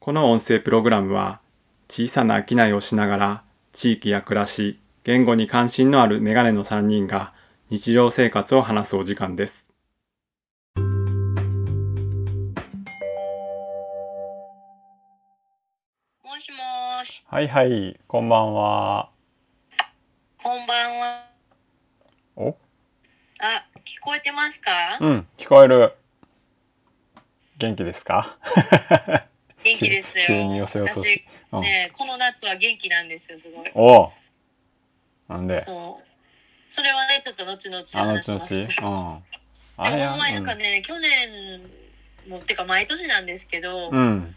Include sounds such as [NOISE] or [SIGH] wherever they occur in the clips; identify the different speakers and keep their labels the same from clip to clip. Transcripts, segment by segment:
Speaker 1: この音声プログラムは小さな商いをしながら地域や暮らし、言語に関心のあるメガネの3人が日常生活を話すお時間です。
Speaker 2: もしもーし、
Speaker 1: はいはい、こんばんは。
Speaker 2: こんばんは。
Speaker 1: お
Speaker 2: あ、聞こえてますか
Speaker 1: うん、聞こえる。元気ですか
Speaker 2: 元気ですよ。
Speaker 1: 急に寄せようとし
Speaker 2: 私、ね、この夏は元気なんですよ、すごい。
Speaker 1: おうなんで
Speaker 2: そう。それはね、ちょっと後々
Speaker 1: あの
Speaker 2: 話
Speaker 1: ち
Speaker 2: し
Speaker 1: の
Speaker 2: ます。
Speaker 1: ち
Speaker 2: でも、
Speaker 1: うん。あれや、
Speaker 2: お前なんか
Speaker 1: う。
Speaker 2: ね、去年も、ってか毎年なんですけど、うん
Speaker 1: うん。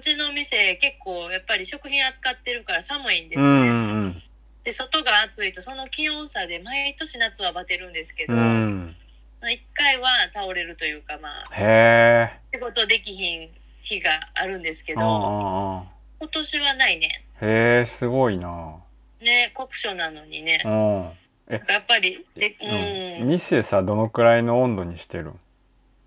Speaker 2: ちの店結構やっぱり食品扱ってるから寒いんです
Speaker 1: う
Speaker 2: ね。
Speaker 1: んうん
Speaker 2: で、外が暑いと、その気温差で毎年夏はバテるんですけ
Speaker 1: う
Speaker 2: ど、
Speaker 1: ん。うん。
Speaker 2: まあ一回は倒れるというか、まあ、
Speaker 1: へえ。
Speaker 2: 仕事できひん日があるんですけ
Speaker 1: うんう
Speaker 2: ど、
Speaker 1: んうん。
Speaker 2: 今年はないね。
Speaker 1: へえ、すごいな。
Speaker 2: ね、酷暑なのにね
Speaker 1: う。ん。
Speaker 2: やっぱり、で、
Speaker 1: う。
Speaker 2: うんん。
Speaker 1: 店さ、どのくらいの温度にしてるん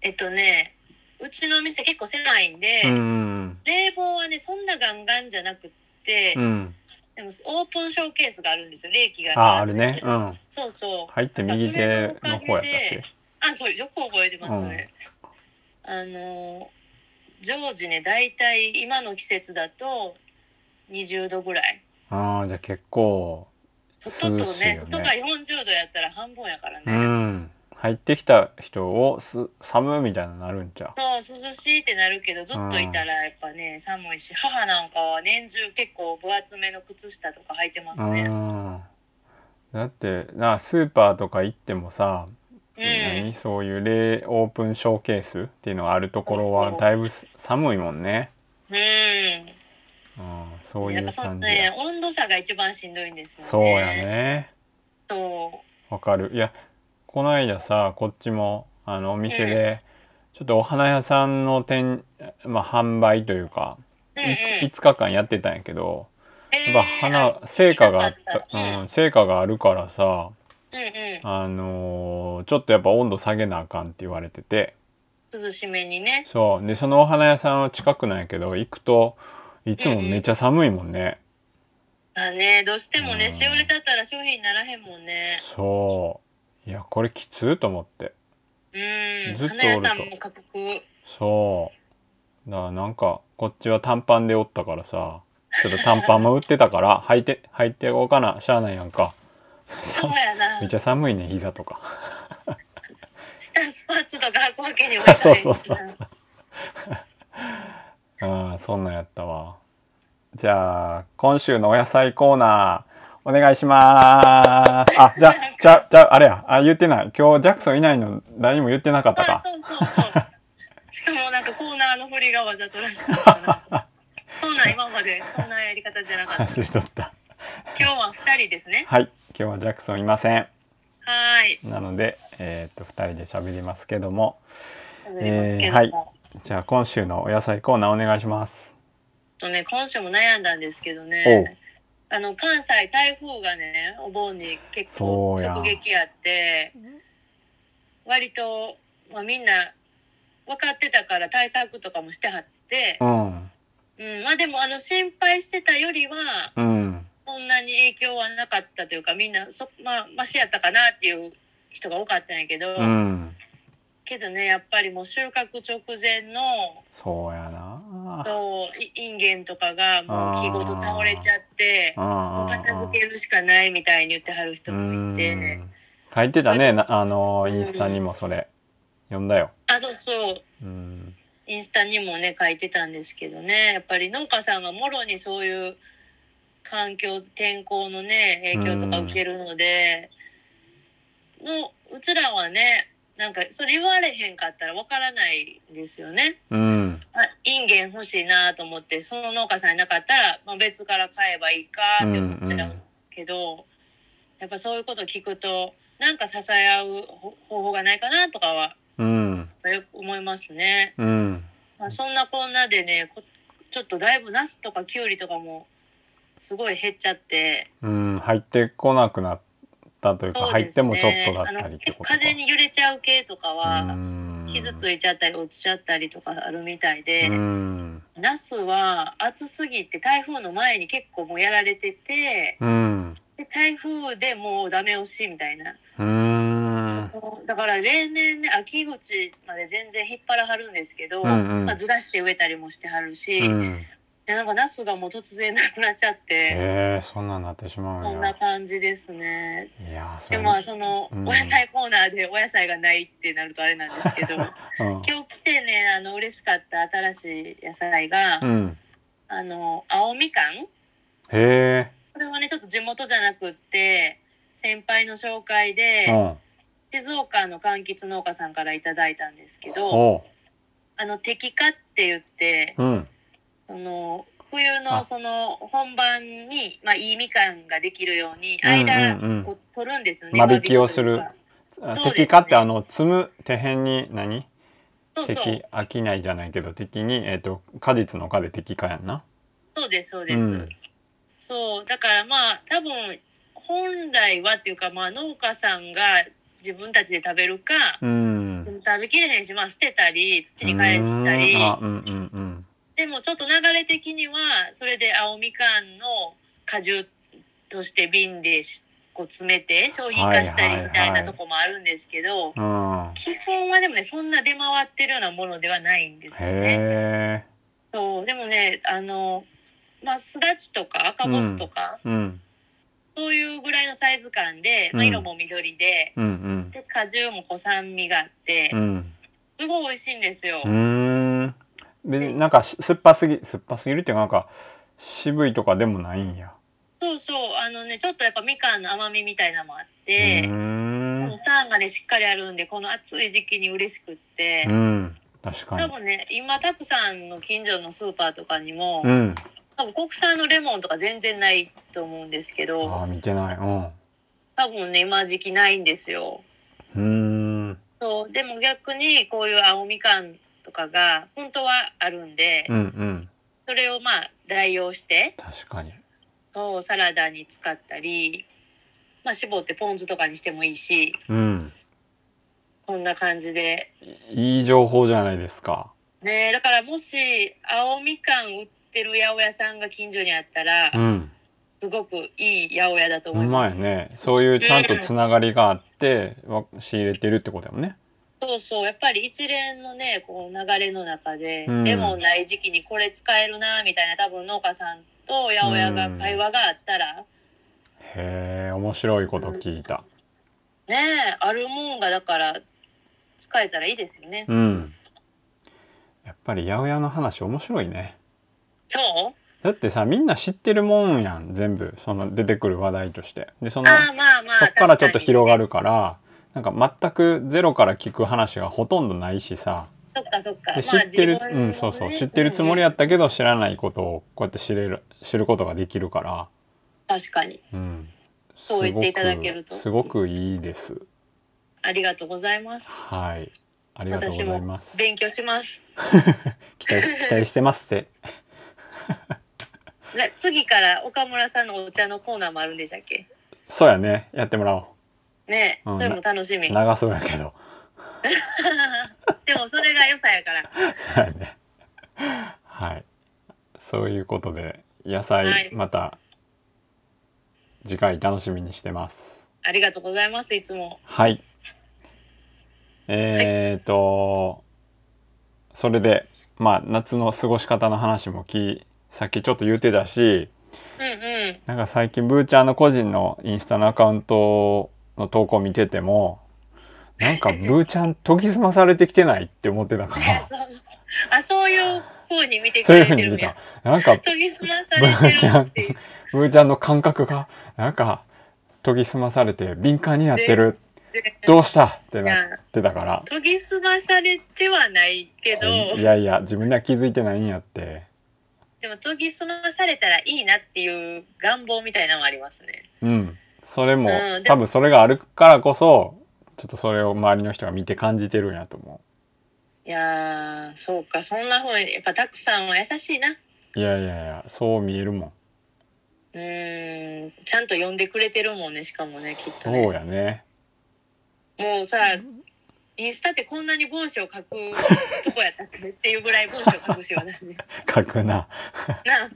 Speaker 2: えっとね、うちの店結構狭いんで、
Speaker 1: うんうん
Speaker 2: 冷房はね、そんなガンガンじゃなくって、
Speaker 1: うん。うん。
Speaker 2: でもオープンショーケースがあるんですよ、冷気が。
Speaker 1: あ、あるね。うん。
Speaker 2: そうそう。
Speaker 1: 入って右手の方やったっけ
Speaker 2: あ、そう、よく覚えてますね。あのー、常時ね、だいたい今の季節だと20度ぐらい。
Speaker 1: ああ、じゃあ結構。涼
Speaker 2: 外と
Speaker 1: しいよ
Speaker 2: ね、
Speaker 1: ね
Speaker 2: 外が40度やったら半分やからね。
Speaker 1: うん。入ってきた人をす寒みたいなのなるんちゃ
Speaker 2: そう涼しいってなるけどずっといたらやっぱね寒いし母なんかは年中結構分厚めの靴下とか履いてま
Speaker 1: う
Speaker 2: す
Speaker 1: う
Speaker 2: ね。
Speaker 1: ん。だってなスーパーとか行ってもさ、
Speaker 2: うん、
Speaker 1: 何そういう冷オープンショーケースっていうのがあるところは
Speaker 2: そう
Speaker 1: だいぶす寒いもんね、
Speaker 2: う、
Speaker 1: うん、そうんい
Speaker 2: なん
Speaker 1: う
Speaker 2: かその
Speaker 1: 感じ
Speaker 2: ね
Speaker 1: や
Speaker 2: 温度差が一番しんどいんですよね。
Speaker 1: そうやね
Speaker 2: そ
Speaker 1: わかるいやこの間さこっちもあのお店でちょっとお花屋さんの店、まあ、販売というか
Speaker 2: う。うんうん。
Speaker 1: 5, 日間やってたんやけどやっぱ
Speaker 2: えー
Speaker 1: 花成果があっ、
Speaker 2: よかったたうん
Speaker 1: うん、成果があるからさ
Speaker 2: うん
Speaker 1: あのーちょっとやっぱ温度下げなあかんって言われてて。
Speaker 2: うん。涼しめにね。
Speaker 1: そうでそのお花屋さんは近くなんやけど行くといつもめっちゃ寒いもんね、
Speaker 2: あねどうしても
Speaker 1: う
Speaker 2: ね
Speaker 1: ん
Speaker 2: しおれちゃったら商品にならへんもんね。
Speaker 1: そういやこれきついと思って
Speaker 2: うん。
Speaker 1: ずっと
Speaker 2: 花屋さん
Speaker 1: おる
Speaker 2: も過酷。
Speaker 1: そうだからなんかこっちは短パンでおったからさちょっと短パンも売ってたから [LAUGHS] 履いて履いておかなしゃあないやんか
Speaker 2: そうやな
Speaker 1: めっ。ちゃ寒いね膝とか
Speaker 2: 下スパッツとか履くわけにもいかな
Speaker 1: そう
Speaker 2: いしな
Speaker 1: そうそうそううんそんなんやったわじゃあ今週のお野菜コーナーお願いしますあじゃあじゃあじゃああれやあ言ってない今日ジャクソンいないの何も言ってなかった
Speaker 2: あ
Speaker 1: か [LAUGHS]
Speaker 2: そうそうそう。しかもなんかコーナーの振りがわざとらしかったな。そんなん今までそんなやり方じゃ
Speaker 1: [LAUGHS]
Speaker 2: なかった。
Speaker 1: 忘れとった
Speaker 2: 今日は二人ですね。
Speaker 1: はい今日はジャクソンいません
Speaker 2: はーい。
Speaker 1: なのでえーっと2人で喋りますけども
Speaker 2: 食べますけども。
Speaker 1: えーはじゃあ今週のお野菜コーナーお願いします
Speaker 2: とね今週も悩んだんですけど
Speaker 1: おう
Speaker 2: ね。あの関西台風がねお盆に結構
Speaker 1: そうや
Speaker 2: 直撃あって、割とまあみんな分かってたから対策とかもしてはって
Speaker 1: う、ん
Speaker 2: うん、まあでもあの心配してたよりは。
Speaker 1: うん
Speaker 2: そんなに影響はなかったというかみんなそまあマシやったかなっていう人が多かったんやけど、
Speaker 1: うん
Speaker 2: けどねやっぱりもう収穫直前の
Speaker 1: そうやな
Speaker 2: そういインゲンとかがもう木ごと倒れちゃって
Speaker 1: うんうんうん
Speaker 2: 片付けるしかないみたいに言ってはる人
Speaker 1: う
Speaker 2: もいて、
Speaker 1: ん書いてたねなあのインスタにもそれ読んだよ
Speaker 2: あそうそう
Speaker 1: うん
Speaker 2: インスタにもね書いてたんですけどねやっぱり農家さんがもろにそういう環境天候のね影響とか受けるので、のうちらはねなんかそれ言われへんかったらわからないんですよね。
Speaker 1: うん
Speaker 2: あインゲン欲しいなと思ってその農家さんいなかったら、まあ、別から買えばいいかって思っちゃうけど、やっぱそういうこと聞くとなんか支え合う方方法がないかなとかは
Speaker 1: うん
Speaker 2: よく思いますね。
Speaker 1: うん
Speaker 2: まあ、そんなこんなでねこちょっとだいぶナスとかキュウリとかもすごい減っちゃって
Speaker 1: うん入ってこなくなったというか
Speaker 2: そう
Speaker 1: 入
Speaker 2: で
Speaker 1: っ
Speaker 2: す
Speaker 1: て
Speaker 2: ね
Speaker 1: もちょっとだったりってこと
Speaker 2: あ
Speaker 1: か
Speaker 2: の結構風に揺れちゃう系とか
Speaker 1: う
Speaker 2: は
Speaker 1: ん
Speaker 2: 傷ついちゃったり落ちちゃったりとかあるみたいで、
Speaker 1: うん
Speaker 2: ナスは暑すぎて台風の前に結構もうやられてて、
Speaker 1: うん。
Speaker 2: で台風でもうダメ押しみたいな。
Speaker 1: うーん。
Speaker 2: もうだから例年ね、秋口まで全然引っ張らはるんですけど、
Speaker 1: うんうん
Speaker 2: まあ、ずらして植えたりもしてはるし、
Speaker 1: うん。
Speaker 2: でなんかナスがもう突然なくなっちゃって、
Speaker 1: ええそんなんなってしま
Speaker 2: こ
Speaker 1: うんん
Speaker 2: な
Speaker 1: や。
Speaker 2: 感じですね。
Speaker 1: いやー、そ
Speaker 2: で
Speaker 1: れ。
Speaker 2: まあその、
Speaker 1: うん
Speaker 2: お野菜コーナーでお野菜がないってなるとあれなんですけど、
Speaker 1: うん。
Speaker 2: [LAUGHS] 今日来てね、あの、嬉しかった新しい野菜が、
Speaker 1: うん。
Speaker 2: あの、青みかん
Speaker 1: へ
Speaker 2: これはね、ちょっと地元じゃなくって、先輩の紹介
Speaker 1: え。う
Speaker 2: で、
Speaker 1: ん。
Speaker 2: 静岡の柑橘農家さんからいただいたんですけど、
Speaker 1: おう。
Speaker 2: あの、摘果って言って、
Speaker 1: うん。
Speaker 2: その、冬の
Speaker 1: あ
Speaker 2: その本番に、まあ、いいみかんができるように、
Speaker 1: うんうん
Speaker 2: 間、
Speaker 1: うん
Speaker 2: こう取るんですよね。
Speaker 1: 間引きをするあ
Speaker 2: 間引きというかそうですね
Speaker 1: 敵かってあの積む手辺に何
Speaker 2: そうそ
Speaker 1: 敵
Speaker 2: う。
Speaker 1: 飽きないじゃないけど敵にえっ、と果実の果で敵かやんな。
Speaker 2: そうです、そうです。
Speaker 1: うん
Speaker 2: そう。だからまあ、多分、本来はっていうか、まあ、農家さんが自分たちで食べるか、
Speaker 1: うん。
Speaker 2: 食べきれへんし、まあ、捨てたり、土に返したり
Speaker 1: うーん、あうんうんうん。
Speaker 2: でもちょっと流れ的には、それで青みかんの果汁として瓶でしこう詰めて商品化したりみたいなとこもあるんですけど、
Speaker 1: うん。
Speaker 2: 基本はでもね、そんな出回ってるようなものではないんですよね。
Speaker 1: へえ。
Speaker 2: そう、でもね、あの、まあ、すだちとか赤ボスとか、
Speaker 1: うん
Speaker 2: そういうぐらいのサイズ感で、まあ、
Speaker 1: うん
Speaker 2: 色も緑で、
Speaker 1: うん
Speaker 2: で果汁もこう酸味があって
Speaker 1: うん。う、ん。
Speaker 2: すごい美味しいんですよ。
Speaker 1: うーん。でなんかし酸っぱすぎ酸っぱすぎるっていうかなんか渋いとかでもないんや。
Speaker 2: そうそう、あのね、ちょっとやっぱみかんの甘みみたいなのもあっ
Speaker 1: う
Speaker 2: て、
Speaker 1: ーん。
Speaker 2: 酸がねしっかりあるんでこの暑い時期に嬉しくって、
Speaker 1: うん。確か
Speaker 2: 多
Speaker 1: に。
Speaker 2: 分ね今タプさんの近所のスーパーとかにも、
Speaker 1: うん。
Speaker 2: 多分国産のレモンとか全然ないと思うんですけ
Speaker 1: あ
Speaker 2: ど
Speaker 1: あ見てない。うん。
Speaker 2: 多分ね今時期ないんですよ
Speaker 1: うーん。
Speaker 2: そうでも逆にこういう青みかんとかが本当はあるんで、
Speaker 1: うんうん。
Speaker 2: それをまあ代用して
Speaker 1: 確かに。
Speaker 2: そうサラダに使ったり、まあ、絞ってポン酢とかにしてもいいし
Speaker 1: うん。
Speaker 2: そんな感じで
Speaker 1: いい情報じゃないですか。
Speaker 2: ねえだからもし青みかん売ってる八百屋さんが近所にあったら、
Speaker 1: うん。
Speaker 2: すごくいい八百屋だと
Speaker 1: う
Speaker 2: 思い
Speaker 1: ま
Speaker 2: ま
Speaker 1: い
Speaker 2: す。
Speaker 1: ね。そういうちゃんとつながりがあって、わ仕入れてるってことやもんね。
Speaker 2: そうそうやっぱり一連のねこう流れの中で、
Speaker 1: うん
Speaker 2: レモンない時期にこれ使えるなみたいな多分農家さんと八百屋が会話があったら、
Speaker 1: へえ、面白いこと聞いた。
Speaker 2: ねえあるもんがだから使えたらいいですよね。
Speaker 1: うん。やっぱり八百屋の話面白いね。
Speaker 2: そう
Speaker 1: だってさ、みんな知ってるもんやん、全部。その出てくる話題として。で、その、
Speaker 2: ああまあまあ
Speaker 1: そっからちょっと広が
Speaker 2: る
Speaker 1: るから、なんか全くゼロから聞く話がほとんどないしさ。
Speaker 2: そっかそっか
Speaker 1: で知ってる、
Speaker 2: まあ自分
Speaker 1: う
Speaker 2: の
Speaker 1: ん、そうそう。
Speaker 2: ね
Speaker 1: 知ってるつもりやったけど、知らないことをこうやって知れる、知ることができるから。
Speaker 2: 確かに
Speaker 1: うん、
Speaker 2: そう言っていただけると
Speaker 1: すごくすごくいいです。
Speaker 2: ありがとうございます。
Speaker 1: はい、ありがとうございます。
Speaker 2: 勉強します。
Speaker 1: 期待期待してますって。
Speaker 2: な次から岡村さんのお茶のコーナーもあるんでしたっけ
Speaker 1: そうやね、やってもらお
Speaker 2: ねえ、
Speaker 1: うん
Speaker 2: それも楽しみ
Speaker 1: う。長そうやけど、
Speaker 2: でもそれが良さやから
Speaker 1: そうやね。はい、そういうことで野
Speaker 2: は
Speaker 1: 菜
Speaker 2: い
Speaker 1: また次回楽しみにしてます。
Speaker 2: ありがとうございますいつも
Speaker 1: はい。えーと、それでまあ夏の過ごし方の話もきさっきちょっと言ってたし。
Speaker 2: うんうん
Speaker 1: なんか最近ブーちゃんの個人のインスタのアカウントの投稿見ててもなんかブーちゃん研ぎ澄まされてきてないって思ってたか [LAUGHS]
Speaker 2: いや
Speaker 1: ら
Speaker 2: そうあそういう風に見てく
Speaker 1: そういう
Speaker 2: れ
Speaker 1: ふう
Speaker 2: て
Speaker 1: に
Speaker 2: る
Speaker 1: 見
Speaker 2: んや
Speaker 1: た [LAUGHS] なんか
Speaker 2: 研ぎ澄まされてるっていう
Speaker 1: ブーちゃんの感覚がなんか研ぎ澄まされて敏感になってるどうしたってなってたから
Speaker 2: 研ぎ澄まされてはないけど
Speaker 1: いやいや自分では気づいてないんやって
Speaker 2: でも研ぎ澄まされたらいいなっていう願望みたいなのもありますね
Speaker 1: うんそれも
Speaker 2: うんで
Speaker 1: 多
Speaker 2: も
Speaker 1: 分それがあるからこそちょっとそれを周りの人が見て感じてるんやと思う。
Speaker 2: いやーそうかそんな風にやっぱたくさんは優しいない
Speaker 1: やいやいやそう見えるもん。
Speaker 2: うーんちゃんと呼んでくれてるもんねしかもねきっと
Speaker 1: そ
Speaker 2: ね
Speaker 1: うやね。
Speaker 2: もうさインスタってこんなに文章書くとこやったっけっていうぐらい文章書く
Speaker 1: [LAUGHS]
Speaker 2: し私
Speaker 1: 書くな。
Speaker 2: な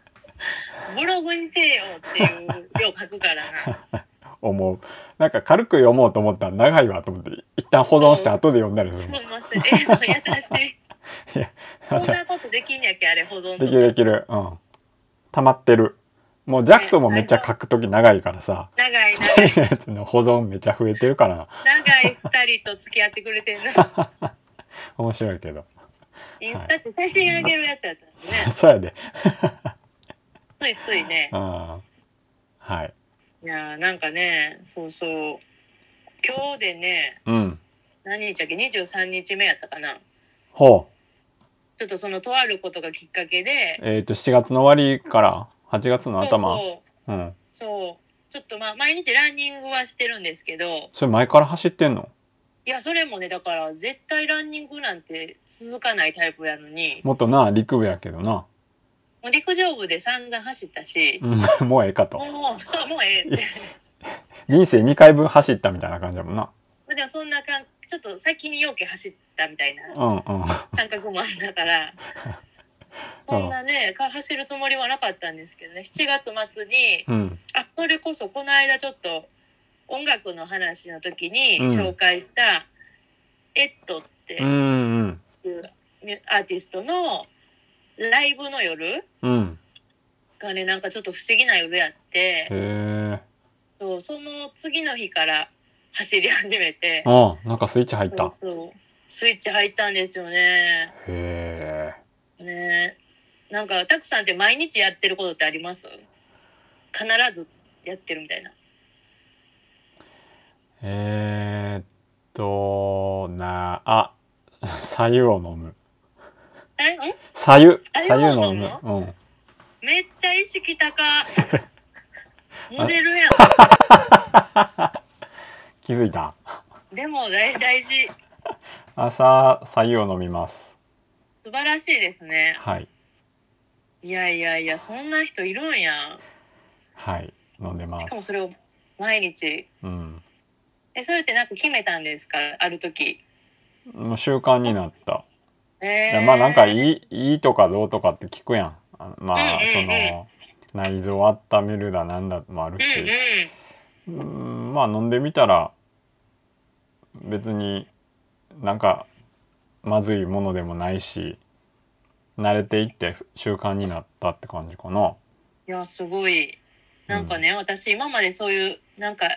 Speaker 2: ブログにせえよっていう量書くから
Speaker 1: [LAUGHS]
Speaker 2: な
Speaker 1: 思う。なんか軽く読もうと思ったら長いわと思って、一旦保存して後で読んだり
Speaker 2: す
Speaker 1: す
Speaker 2: い
Speaker 1: る。
Speaker 2: ませんえそう優し
Speaker 1: [LAUGHS]
Speaker 2: い
Speaker 1: いや、
Speaker 2: こんなことできんやっけあれ保存
Speaker 1: できるで
Speaker 2: とか
Speaker 1: きる。うん。溜まってる。もうジャクソンもめっちゃ書くとき長いからさ、
Speaker 2: 長い長
Speaker 1: 二
Speaker 2: い
Speaker 1: 人のやつの保存めっちゃ増えてるから、
Speaker 2: 長い二人と付き合ってくれて
Speaker 1: [LAUGHS]
Speaker 2: んな
Speaker 1: 面白いけど。
Speaker 2: インスタって写真あげるやつやったんね
Speaker 1: そうやで。
Speaker 2: ついついね
Speaker 1: うん。はい。
Speaker 2: いやーなんかねそうそう今日でね
Speaker 1: うん。
Speaker 2: 何日だっけ23日目やったかな
Speaker 1: ほう。
Speaker 2: ちょっとそのとあることがきっかけで
Speaker 1: えっ、と、7月の終わりから8月の頭。
Speaker 2: そう
Speaker 1: うん。
Speaker 2: そうそうちょっとまあ毎日ランニングはしてるんですけど
Speaker 1: それ前から走ってんの
Speaker 2: いやそれもねだから絶対ランニングなんて続かないタイプやのに
Speaker 1: もっとな、陸部やけどな。
Speaker 2: もう陸上部で散々走ったし
Speaker 1: うん、 [LAUGHS] もうええかと
Speaker 2: も。うそうもうええって
Speaker 1: 人生2回分走ったみたいな感じだもんな。
Speaker 2: でもそんなかんちょっと先にようけ走ったみたいな
Speaker 1: うんうん。
Speaker 2: 感覚もあん
Speaker 1: [LAUGHS]
Speaker 2: だから。そんなね、か走るつもりはなかったんですけどね、7月末に、
Speaker 1: うん。
Speaker 2: あ、それこそこの間ちょっと音楽の話の時に
Speaker 1: うん
Speaker 2: 紹介した、エットって
Speaker 1: うんうん。
Speaker 2: いうアーティストのライブの夜
Speaker 1: うん。
Speaker 2: がね、なんかちょっと不思議な夜やって、
Speaker 1: へ
Speaker 2: そうその次の日から走り始めて
Speaker 1: え。、ああ、なんかスイッチ入った。
Speaker 2: そう
Speaker 1: へ
Speaker 2: そうスイッチ入ったんですよね。
Speaker 1: え。
Speaker 2: ねえなんかたくさんって毎日やってることってあります必ずやってるみたいな
Speaker 1: えー、っと、な、あ、左右を飲む。
Speaker 2: えん
Speaker 1: 左右、
Speaker 2: 白
Speaker 1: 左
Speaker 2: 湯
Speaker 1: 右
Speaker 2: を
Speaker 1: 飲
Speaker 2: 飲む
Speaker 1: む。うん。
Speaker 2: めっちゃ意識高
Speaker 1: [LAUGHS]
Speaker 2: モデルやん
Speaker 1: 気づいた。
Speaker 2: でも大大事
Speaker 1: 朝、左右を飲みます。
Speaker 2: 素晴らしいですね
Speaker 1: はい。
Speaker 2: いやいやいやそんな人いるんや
Speaker 1: はい。飲んでま
Speaker 2: しかも
Speaker 1: す。
Speaker 2: それを毎日
Speaker 1: うん。
Speaker 2: えそれってなんか決めたんですかある時
Speaker 1: もう習慣になった。い
Speaker 2: え
Speaker 1: や
Speaker 2: ー、
Speaker 1: まあなんかいいいいとかどうとかって聞くやんあまあ
Speaker 2: うんうん
Speaker 1: その内臓を温めるだなんだもある
Speaker 2: うんうん
Speaker 1: しうんまあ飲んでみたら別になんかまずいものでもないし慣れていって習慣になったって感じかない
Speaker 2: やすごいなんかね、私今までそういうなんか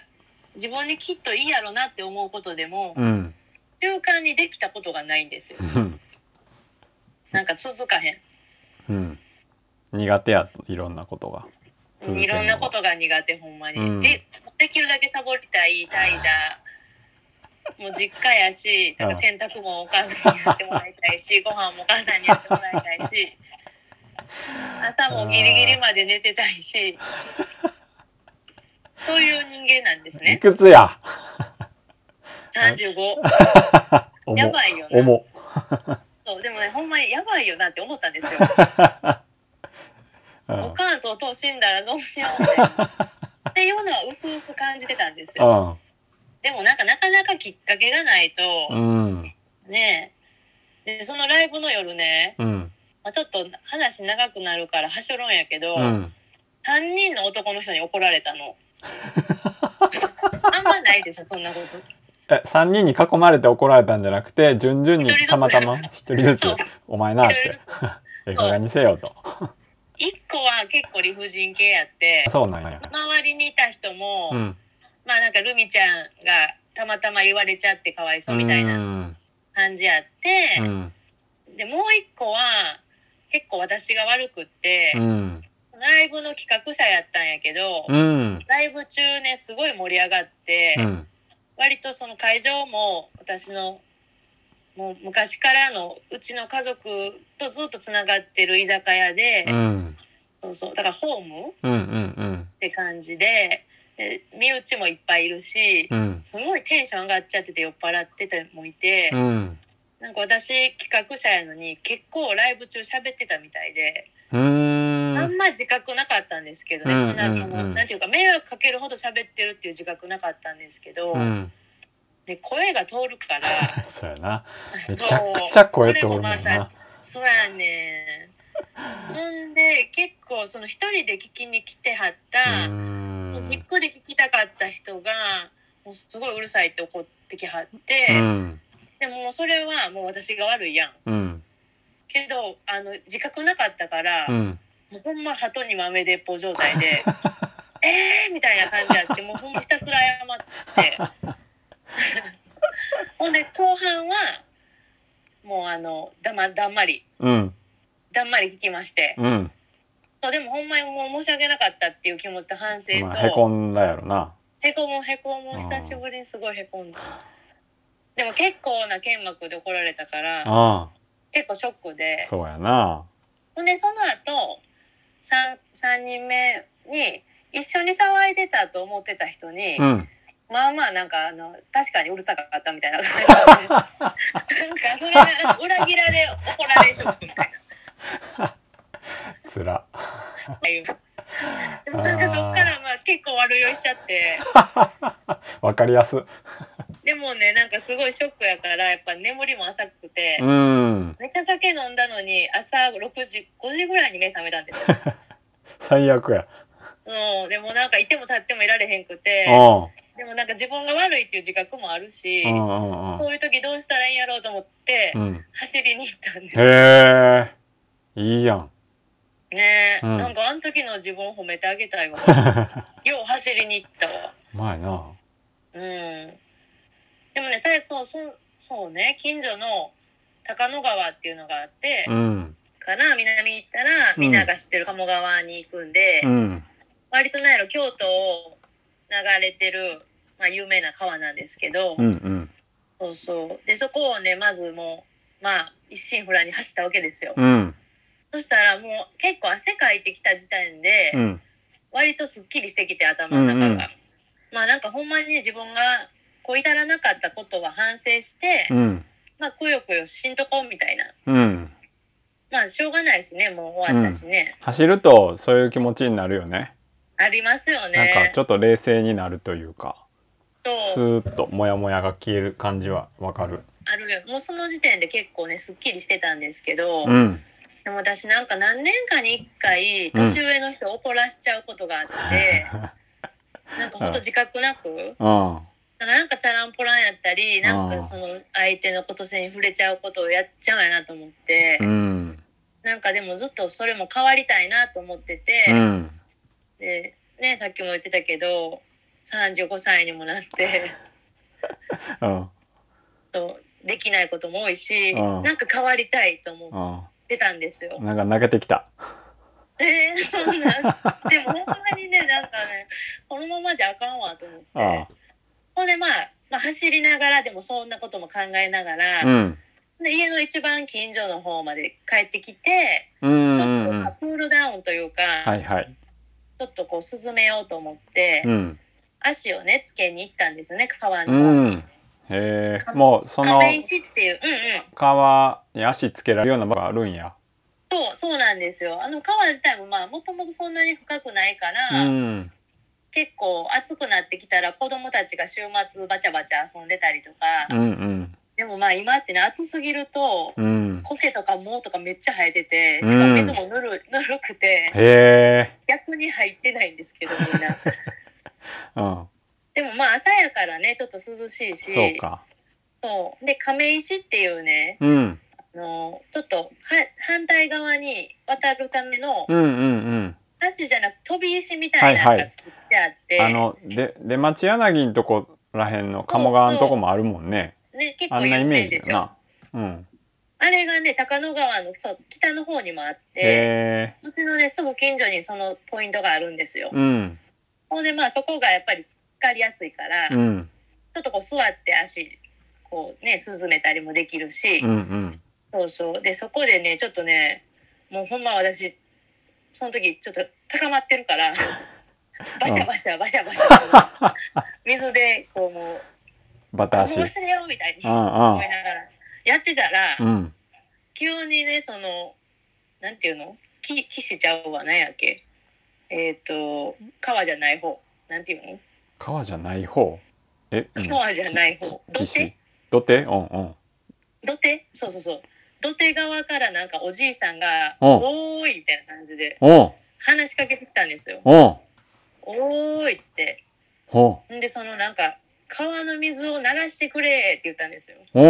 Speaker 2: 自分にきっといいやろなって思うことでも、
Speaker 1: うん
Speaker 2: 習慣にできたことがないんですよ
Speaker 1: う。ん
Speaker 2: なんか続かへん。
Speaker 1: うん [LAUGHS] 苦手やといろんなことが続けるのが
Speaker 2: いろんなことが苦手ほんまに。
Speaker 1: うん
Speaker 2: でできるだけサボりたいタイだ。もう実家やし、なんか洗濯もお母さんにやってもらいた
Speaker 1: [LAUGHS]
Speaker 2: いし、ご飯もお母さんにやってもらいたいし、朝もギリギリまで寝てたいし、そういう人間なんです
Speaker 1: い
Speaker 2: ね。
Speaker 1: くつや
Speaker 2: 35。
Speaker 1: 重
Speaker 2: やばいよな。
Speaker 1: 重
Speaker 2: そうでもね、ほんまにやばいよなって思ったんですよ。
Speaker 1: うん
Speaker 2: おかんとお父死んだらどうしよ
Speaker 1: [LAUGHS]
Speaker 2: うって。っていうのは薄々感じてたんですよ。でもなんかなかなかきっかけがないと、
Speaker 1: うんうん
Speaker 2: ねえ。で、そのライブの夜ね、
Speaker 1: うん
Speaker 2: まあ、ちょっと話長くなるからはしょるんやけど、
Speaker 1: うん
Speaker 2: 3人の男の人に怒られ
Speaker 1: [LAUGHS]
Speaker 2: たの。あんまないでしょ、そんなこと。
Speaker 1: え、3人に囲まれて怒られたんじゃなくて順々にたまたま1人ずつ
Speaker 2: そう
Speaker 1: 「お前な」っ
Speaker 2: 一人
Speaker 1: て
Speaker 2: ずつ
Speaker 1: 「ええ加減にせよ」と
Speaker 2: 1個は結構理不尽系やって、
Speaker 1: そうなんや
Speaker 2: 周りにいた人も、
Speaker 1: うん
Speaker 2: まあなんかルミちゃんがたまたま言われちゃってかわいそうみたいうなん感じやって、
Speaker 1: うん
Speaker 2: でもう一個は結構私が悪くって、
Speaker 1: うん
Speaker 2: ライブの企画者やったんやけど、
Speaker 1: うん
Speaker 2: ライブ中ねすごい盛り上がって、
Speaker 1: うん
Speaker 2: 割とその会場も私のもう昔からのうちの家族とずっとつながってる居酒屋で、
Speaker 1: うん
Speaker 2: そうそうだからホームっ
Speaker 1: うんうん
Speaker 2: て感じでで身内もいっぱいいるし、
Speaker 1: うん
Speaker 2: すごいテンション上がっちゃってて酔っ払っててもいて、
Speaker 1: うん
Speaker 2: なんか私企画者やのに結構ライブ中喋ってたみたいで。
Speaker 1: うんうん
Speaker 2: あんま自覚なかったんですけどね、
Speaker 1: うん
Speaker 2: そんなそ
Speaker 1: うん
Speaker 2: の、
Speaker 1: うん
Speaker 2: なんていうか迷惑かけるほど喋ってるっていう自覚なかったんですけど、
Speaker 1: うん
Speaker 2: で声が通るから
Speaker 1: [LAUGHS] そうやなめち
Speaker 2: そ
Speaker 1: ゃ
Speaker 2: う
Speaker 1: くちゃ声通るもん
Speaker 2: それもま
Speaker 1: な
Speaker 2: そうやねんほんで結構その一人で聞きに来てはっ
Speaker 1: うー
Speaker 2: た、もうんじっくり聞きたかった人がもうすごいうるさいって怒ってきはって、
Speaker 1: うん
Speaker 2: でももうそれはもう私が悪いやん
Speaker 1: うん
Speaker 2: けどあの自覚なかったから、
Speaker 1: うん
Speaker 2: もうほんま鳩に豆鉄砲状
Speaker 1: [LAUGHS]
Speaker 2: 態で「えー!」みたいな感じやってもうほんまひたすら謝って [LAUGHS] ほんで後半はもうあのだまだんまり
Speaker 1: うん
Speaker 2: だんまり聞きまして、
Speaker 1: うん
Speaker 2: そうでもほんまにもう申し訳なかったっていう気持ちと反省と、
Speaker 1: まあへこんだやろな
Speaker 2: へこむへこむ久しぶりにすごいへこんだでも結構な剣幕で怒られたから
Speaker 1: あ
Speaker 2: 結構ショック
Speaker 1: あ
Speaker 2: で
Speaker 1: そうやな
Speaker 2: ほんでその後三 3, 人目に一緒に騒いでたと思ってた人に、
Speaker 1: うん
Speaker 2: まあまあなんかあの確かにうるさかったみたいな感じでなんかそれであの裏切られ怒られショックみたい
Speaker 1: つら
Speaker 2: なっていう。でもなんかそっからまあ結構悪酔いしちゃって
Speaker 1: わかりやす
Speaker 2: でもねなんかすごいショックやからやっぱ眠りも浅くて、
Speaker 1: うん
Speaker 2: めっちゃ酒飲んだのに朝6時5時ぐらいに目覚めたんですよ。
Speaker 1: 最悪や
Speaker 2: うん、でもなんかいても立ってもいられへんくて
Speaker 1: うん
Speaker 2: でもなんか自分が悪いっていう自覚もあるし
Speaker 1: うんうん
Speaker 2: こういう時どうしたらいいんやろうと思って
Speaker 1: うんうん
Speaker 2: 走りに行ったんですね
Speaker 1: へえいいやん [LAUGHS]
Speaker 2: え、
Speaker 1: うん
Speaker 2: なんかあの時の自分を褒めてあげたいわよう走りに行ったわ
Speaker 1: 前な
Speaker 2: うんでもねさえそうそうそうね近所の高野川っていうのがあって、
Speaker 1: うん
Speaker 2: から南行ったらみんなが知ってる鴨川に行くんで、
Speaker 1: うん
Speaker 2: 割となんやろ京都を流れてる、まあ、有名な川なんですけど、
Speaker 1: うんうん
Speaker 2: そうそうでそこをねまずもうまあ一心不乱に走ったわけですよ、
Speaker 1: うん
Speaker 2: そしたらもう結構汗かいてきた時点で、
Speaker 1: うん
Speaker 2: 割とすっきりしてきて頭の中が、
Speaker 1: うんうん
Speaker 2: まあなんかほんまに自分がこう至らなかったことは反省して、
Speaker 1: うん
Speaker 2: まあくよくよしんとこうみたいな
Speaker 1: うん
Speaker 2: まあしょうがないしねもう終わったしね、
Speaker 1: 走るとそういう気持ちになるよね
Speaker 2: ありますよね
Speaker 1: なんかちょっと冷静になるというかス
Speaker 2: そう
Speaker 1: ーッとモヤモヤが消える感じはわかる
Speaker 2: あるよもうその時点で結構ねすっきりしてたんですけど、
Speaker 1: うん
Speaker 2: でも私なんか何年かに1回
Speaker 1: うん
Speaker 2: 年上の人を怒らしちゃうことがあ [LAUGHS] って、なんかほんと自覚なく、
Speaker 1: うん
Speaker 2: なんかなんかチャランポランやったりなん
Speaker 1: あー
Speaker 2: かその相手のこと性に触れちゃうことをやっちゃうんやなと思って、
Speaker 1: うん
Speaker 2: なんかでもずっとそれも変わりたいなと思ってて、
Speaker 1: うん
Speaker 2: でねさっきも言ってたけど35歳にもなって [LAUGHS]
Speaker 1: うん
Speaker 2: そうできないことも多いし、
Speaker 1: うん
Speaker 2: なんか変わりたいと思っ
Speaker 1: う
Speaker 2: てたんですよ
Speaker 1: ん。なんか泣けてきた
Speaker 2: えー、そんな。でもほんまにね、なんかね、このままじゃあかんわと思って。
Speaker 1: あ
Speaker 2: ほんでまあ、まあ走りながらでもそんなことも考えながら、
Speaker 1: うん
Speaker 2: で家の一番近所の方まで帰ってきて、
Speaker 1: うんう
Speaker 2: ちょっと
Speaker 1: んうん
Speaker 2: まあクールダウンというか、
Speaker 1: はいはい
Speaker 2: ちょっとこう涼めようと思って、
Speaker 1: うん
Speaker 2: 足をね、つけに行ったんですよね、川の
Speaker 1: う
Speaker 2: 方に。
Speaker 1: んへえもうその
Speaker 2: 亀石っていう、うんうん。
Speaker 1: 川に足つけられるような場があるんや
Speaker 2: そう、そうなんですよ。あの川自体もまあ、もともとそんなに深くないか
Speaker 1: う
Speaker 2: ら、
Speaker 1: ん
Speaker 2: 結構暑くなってきたら子供たちが週末バチャバチャ遊んでたりとか、
Speaker 1: うんうん
Speaker 2: でもまあ今ってね暑すぎると
Speaker 1: うん
Speaker 2: 苔とか毛とかめっちゃ生えてて
Speaker 1: うん
Speaker 2: しかも水もぬる,、 [LAUGHS] ぬるくて
Speaker 1: へえ
Speaker 2: 逆に入ってないんですけど
Speaker 1: [LAUGHS]
Speaker 2: みんな
Speaker 1: うん
Speaker 2: でもまあ朝やからねちょっと涼しいし
Speaker 1: そうか
Speaker 2: そうで亀石っていうね
Speaker 1: うん
Speaker 2: あのちょっとは反対側に渡るための
Speaker 1: うんうんうん
Speaker 2: 橋じゃなく飛び石みたいなのが作ってあって、
Speaker 1: あので出町柳んとこらへんの鴨川のとこもあるもんね
Speaker 2: ね、結
Speaker 1: あ
Speaker 2: 構
Speaker 1: んなイ
Speaker 2: 有
Speaker 1: メ
Speaker 2: 名
Speaker 1: ー
Speaker 2: で
Speaker 1: ジ
Speaker 2: し
Speaker 1: や
Speaker 2: ょ
Speaker 1: なうん
Speaker 2: あれがね、高野川のそう北の方にもあって、
Speaker 1: へえ
Speaker 2: うちのね、すぐ近所にそのポイントがあるんですよ。
Speaker 1: うん
Speaker 2: ほんで、まあそこがやっぱりつかりやすいから、
Speaker 1: う
Speaker 2: ち
Speaker 1: ん
Speaker 2: ょっとこう座って足、こうね、涼めたりもできるし、
Speaker 1: うんうん
Speaker 2: そうそう。で、そこでね、ちょっとね、もうほんま私、その時ちょっと高まってる
Speaker 1: [LAUGHS]
Speaker 2: から、バシャバシャバシャバシャ、水でこうもう、
Speaker 1: バタ
Speaker 2: あもう
Speaker 1: 足
Speaker 2: 忘れようみたいに
Speaker 1: う
Speaker 2: 思
Speaker 1: んうん
Speaker 2: いながらやってたら、
Speaker 1: うん
Speaker 2: 急にねそのなんていうのき騎士ちゃうは何やっけえっ、と川じゃない方なんていうの
Speaker 1: 川じゃない方え、うん、
Speaker 2: コアじゃない方土
Speaker 1: 岸
Speaker 2: 手
Speaker 1: 土手うんうん
Speaker 2: 土手そうそうそう土手側からなんかおじいさんが「
Speaker 1: うん
Speaker 2: おーい」みたいな感じで
Speaker 1: うん
Speaker 2: 話しかけてきたんですよ
Speaker 1: うん
Speaker 2: 「おーい」っつって
Speaker 1: うん
Speaker 2: んでそのなんか「川の水を流してくれ」って言ったんですよ
Speaker 1: うん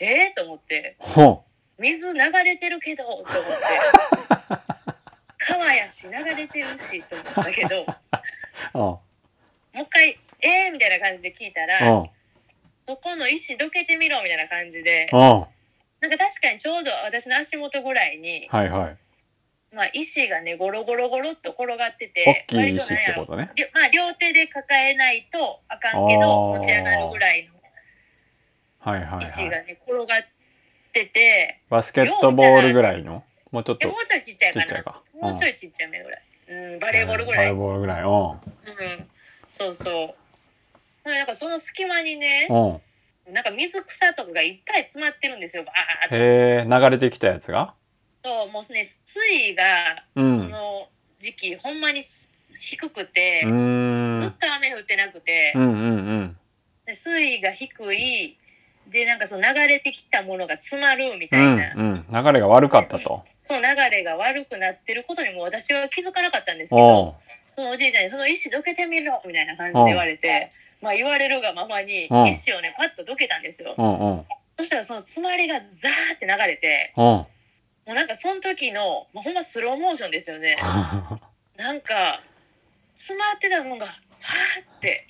Speaker 2: えー、と思って
Speaker 1: うん
Speaker 2: 水流れてるけど
Speaker 1: [LAUGHS]
Speaker 2: と思って川やし流れてるしと思ったけど
Speaker 1: うん
Speaker 2: もう一回「えー」みたいな感じで聞いた
Speaker 1: う
Speaker 2: ら
Speaker 1: ん
Speaker 2: そこの石どけてみろみたいな感じで
Speaker 1: うん
Speaker 2: なんか確かにちょうど私の足元ぐらいに、
Speaker 1: はいはい
Speaker 2: まあ、石がねゴロゴロゴロっと転がって
Speaker 1: 大
Speaker 2: て
Speaker 1: きい石ってことね
Speaker 2: りょまあ、両手で抱えないとあかんけ
Speaker 1: あ
Speaker 2: ど
Speaker 1: ー
Speaker 2: 持ち上がるぐらい
Speaker 1: はいはい
Speaker 2: の石
Speaker 1: は
Speaker 2: が
Speaker 1: い
Speaker 2: ね転がってて
Speaker 1: バスケットボールぐらいのもうちょっ
Speaker 2: いや
Speaker 1: と
Speaker 2: もうちょいちっちゃいか
Speaker 1: ちっちゃ
Speaker 2: ない
Speaker 1: かうん
Speaker 2: もうちょいちっちゃめぐらい、うん、バ
Speaker 1: バ
Speaker 2: レーボールぐらい、
Speaker 1: レーボールぐらいうん
Speaker 2: うん、そうそう。まあなんかその隙間にね、
Speaker 1: うん
Speaker 2: なんか水草とかがいっぱい詰まってるんですよ。バーっ
Speaker 1: へえ流れてきたやつが
Speaker 2: ともうね水位が
Speaker 1: うん
Speaker 2: その時期、ほんまにす低くて
Speaker 1: う、ーん
Speaker 2: ずっと雨降ってなくて、
Speaker 1: うんうん
Speaker 2: で水位が低いでなんかその流れてきたものが詰まるみ
Speaker 1: う
Speaker 2: たい
Speaker 1: ん
Speaker 2: な、
Speaker 1: うんうん流れが悪かったと
Speaker 2: そう流れが悪くなってることにも私は気づかなかったんですけど。
Speaker 1: お
Speaker 2: そのおじいちゃんに「その石どけてみろ」みたいな感じで言われて、まあ、言われるがままに
Speaker 1: うん
Speaker 2: 石をねパッとどけたんですよ、
Speaker 1: うんうんうん
Speaker 2: そしたらその詰まりがザーって流れて
Speaker 1: うん
Speaker 2: もうなんかその時の、まあ、ほんまスローモーションですよねなんか詰まってたもんがファーって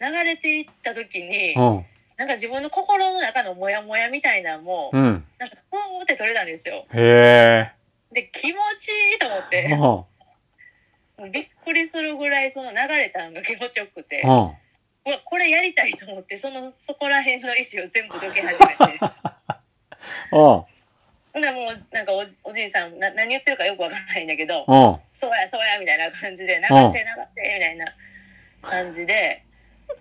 Speaker 2: 流れていった時に
Speaker 1: うん
Speaker 2: なんか自分の心の中のモヤモヤみたいなのも
Speaker 1: うん
Speaker 2: なんかスポーンって取れたんですよ
Speaker 1: へえ
Speaker 2: で気持ちいいと思っ
Speaker 1: う
Speaker 2: て
Speaker 1: ん
Speaker 2: もうびっくりするぐらいその流れたのが気持ちよくて。
Speaker 1: うん
Speaker 2: うわこれやりたいと思ってそのそこら辺の石を全部どけ始
Speaker 1: [LAUGHS]
Speaker 2: めて
Speaker 1: うん
Speaker 2: ほんならもうなんかおじおじいさんな何言ってるかよくわかんないんだけ
Speaker 1: う
Speaker 2: ど
Speaker 1: ん
Speaker 2: 「そうやそうや」みたいな感じで「流
Speaker 1: うん
Speaker 2: せ流せ」みたいな感じで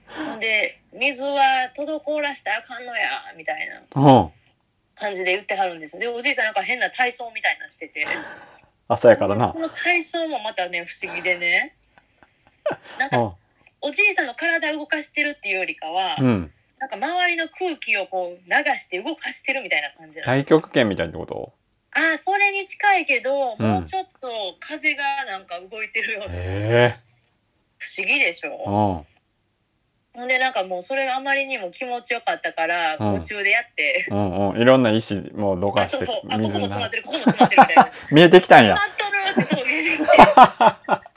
Speaker 2: ほんで「水は滞らしたらあかんのや」みたいな
Speaker 1: うん
Speaker 2: 感じで言ってはるんですよでおじいさんなんか変な体操みたいなのしてて
Speaker 1: 朝やからな
Speaker 2: その体操もまたね不思議でねな
Speaker 1: う
Speaker 2: んか
Speaker 1: ん
Speaker 2: おじいさんの体を動かしてるっていうよりかは、
Speaker 1: うん
Speaker 2: なんか周りの空気をこう流して動かしてるみたいな感じなん
Speaker 1: 太
Speaker 2: ですよ。
Speaker 1: 極拳みたいなこと
Speaker 2: ああ、それに近いけど、
Speaker 1: うん
Speaker 2: もうちょっと風がなんか動いてるような、
Speaker 1: へ
Speaker 2: 不思議でし
Speaker 1: えう
Speaker 2: ょ。
Speaker 1: ん
Speaker 2: ほんでなんかもうそれがあまりにも気持ちよかったから、
Speaker 1: うん
Speaker 2: 夢中でやって、
Speaker 1: うんうんいろんな石もどか
Speaker 2: あ、
Speaker 1: し
Speaker 2: そう
Speaker 1: て
Speaker 2: そう、あ、ここも
Speaker 1: 水に
Speaker 2: 詰ま
Speaker 1: な
Speaker 2: ってる、ここも詰まってるみたい
Speaker 1: [LAUGHS]
Speaker 2: な。
Speaker 1: 見えてきたんや
Speaker 2: 詰まっとるってそう見えてきて。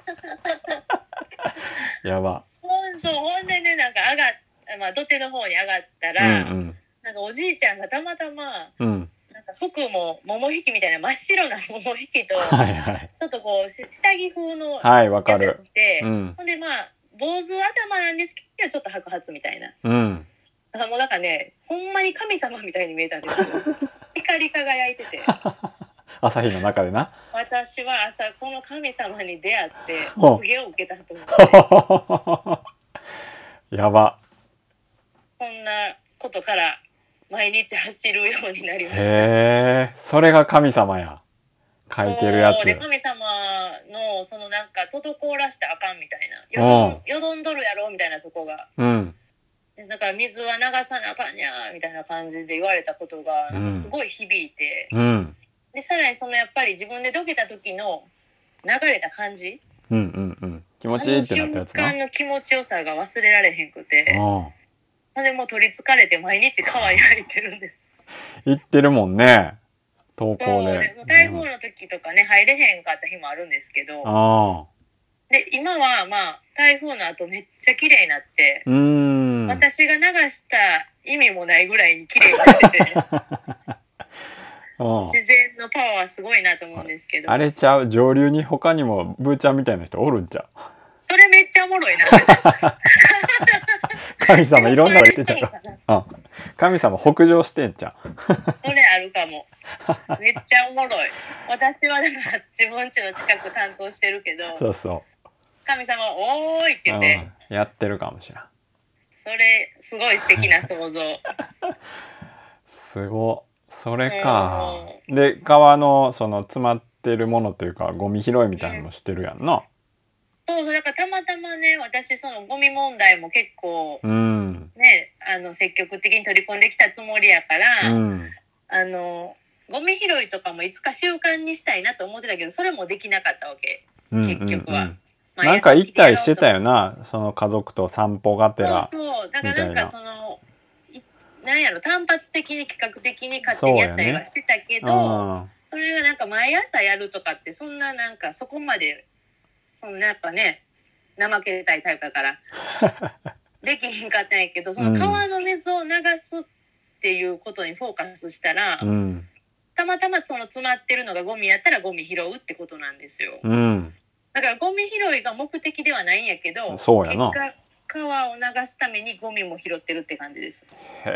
Speaker 1: やば
Speaker 2: ほんそう、ほんでね、なんか上がっまあ土手の方に上がった
Speaker 1: う
Speaker 2: ら、
Speaker 1: ん
Speaker 2: なんかおじいちゃんがたまたま、
Speaker 1: うんうん
Speaker 2: なんか服も桃引きみたいな真っ白な桃引
Speaker 1: [LAUGHS]
Speaker 2: きと、
Speaker 1: はいはい
Speaker 2: ちょっとこうし下着風の
Speaker 1: はいわか
Speaker 2: やつ
Speaker 1: る
Speaker 2: って、
Speaker 1: うん
Speaker 2: ほんでまあ坊主頭なんですけどちょっと白髪みたいな
Speaker 1: うん
Speaker 2: だからもうなんかねほんまに神様みたいに見えたんです
Speaker 1: [LAUGHS]
Speaker 2: よ光り輝いてて
Speaker 1: 朝日の中でな [LAUGHS]
Speaker 2: 私は朝この神様に出会って
Speaker 1: ほう
Speaker 2: お告げを受けたと思って
Speaker 1: やば
Speaker 2: こんなことから毎日走るようになりました
Speaker 1: へえそれが神様や書いてるや
Speaker 2: そう
Speaker 1: つ
Speaker 2: で神様のそのなんか滞らしてあかんみたいな
Speaker 1: うん
Speaker 2: よどんよどんどるやろみたいなそこが
Speaker 1: うん
Speaker 2: でだから水は流さなあかんにゃーみたいな感じで言われたことがなんかすごい響いて、
Speaker 1: うん
Speaker 2: でさらにそのやっぱり自分でどけた時の流れた感じ
Speaker 1: うんうんうん気持
Speaker 2: あ
Speaker 1: ちいい
Speaker 2: の
Speaker 1: ってなった
Speaker 2: 瞬
Speaker 1: やつな
Speaker 2: 間の気持ちよさが忘れられへんくて
Speaker 1: うん
Speaker 2: ほんでもう取りつかれて毎日川に入ってるんです
Speaker 1: 行ってるもんね投
Speaker 2: そう
Speaker 1: 稿で
Speaker 2: でもう台風の時とかね入れへんかった日もあるんですけど
Speaker 1: ああ
Speaker 2: で今はまあ台風の後めっちゃ綺麗になって
Speaker 1: うーん
Speaker 2: 私が流した意味もないぐらいに綺麗になってて。
Speaker 1: [LAUGHS] うん
Speaker 2: 自然のパワーはすごいなと思うんですけど
Speaker 1: あれちゃう上流に他にもブーちゃんみたいな人おるんちゃう [LAUGHS]
Speaker 2: それめっちゃおもろいな
Speaker 1: 神様いろんなの言ってた
Speaker 2: [LAUGHS]
Speaker 1: からうん神様北上してんちゃう
Speaker 2: それあるかもめっちゃおもろい私はだから自分家の近く担当してるけど
Speaker 1: そうそ
Speaker 2: 神様「おーい」って
Speaker 1: う、
Speaker 2: 言
Speaker 1: う
Speaker 2: って、
Speaker 1: ん、やってるかもしれん
Speaker 2: それすごい素敵な想像
Speaker 1: すごっそれか、で川のその詰まってるものというかゴミ拾いみたいなのもしてるやんな
Speaker 2: そうそう、だからたまたまね、私、そのゴミ問題も結構、
Speaker 1: うん
Speaker 2: ね、あの、積極的に取り込んできたつもりやから、
Speaker 1: うん
Speaker 2: あの、ゴミ拾いとかもいつか習慣にしたいなと思ってたけど、それもできなかったわけ。
Speaker 1: うん
Speaker 2: 結局は
Speaker 1: うんうん、
Speaker 2: 毎
Speaker 1: なんか
Speaker 2: 朝起
Speaker 1: 行
Speaker 2: き
Speaker 1: ったり
Speaker 2: やろうと
Speaker 1: してたよなその家族と散歩がてら
Speaker 2: そうそう。だからなん
Speaker 1: みたいな
Speaker 2: かその、いなんやろ、単発的に企画的に勝手にやったりはしてたけど、
Speaker 1: うん
Speaker 2: それがなんか毎朝やるとかってそんななんかそこまでそんなやっぱね怠けたいタイプだから
Speaker 1: [LAUGHS]
Speaker 2: できへんかったんやけどその川の水を流すっていうことにフォーカスしたら、
Speaker 1: うん
Speaker 2: たまたまその詰まってるのがゴミやったらゴミ拾うってことなんですよ
Speaker 1: うん
Speaker 2: だからゴミ拾いが目的ではないんやけど
Speaker 1: そうやな
Speaker 2: 結果川を流すためにゴミも拾ってるって感じです
Speaker 1: へ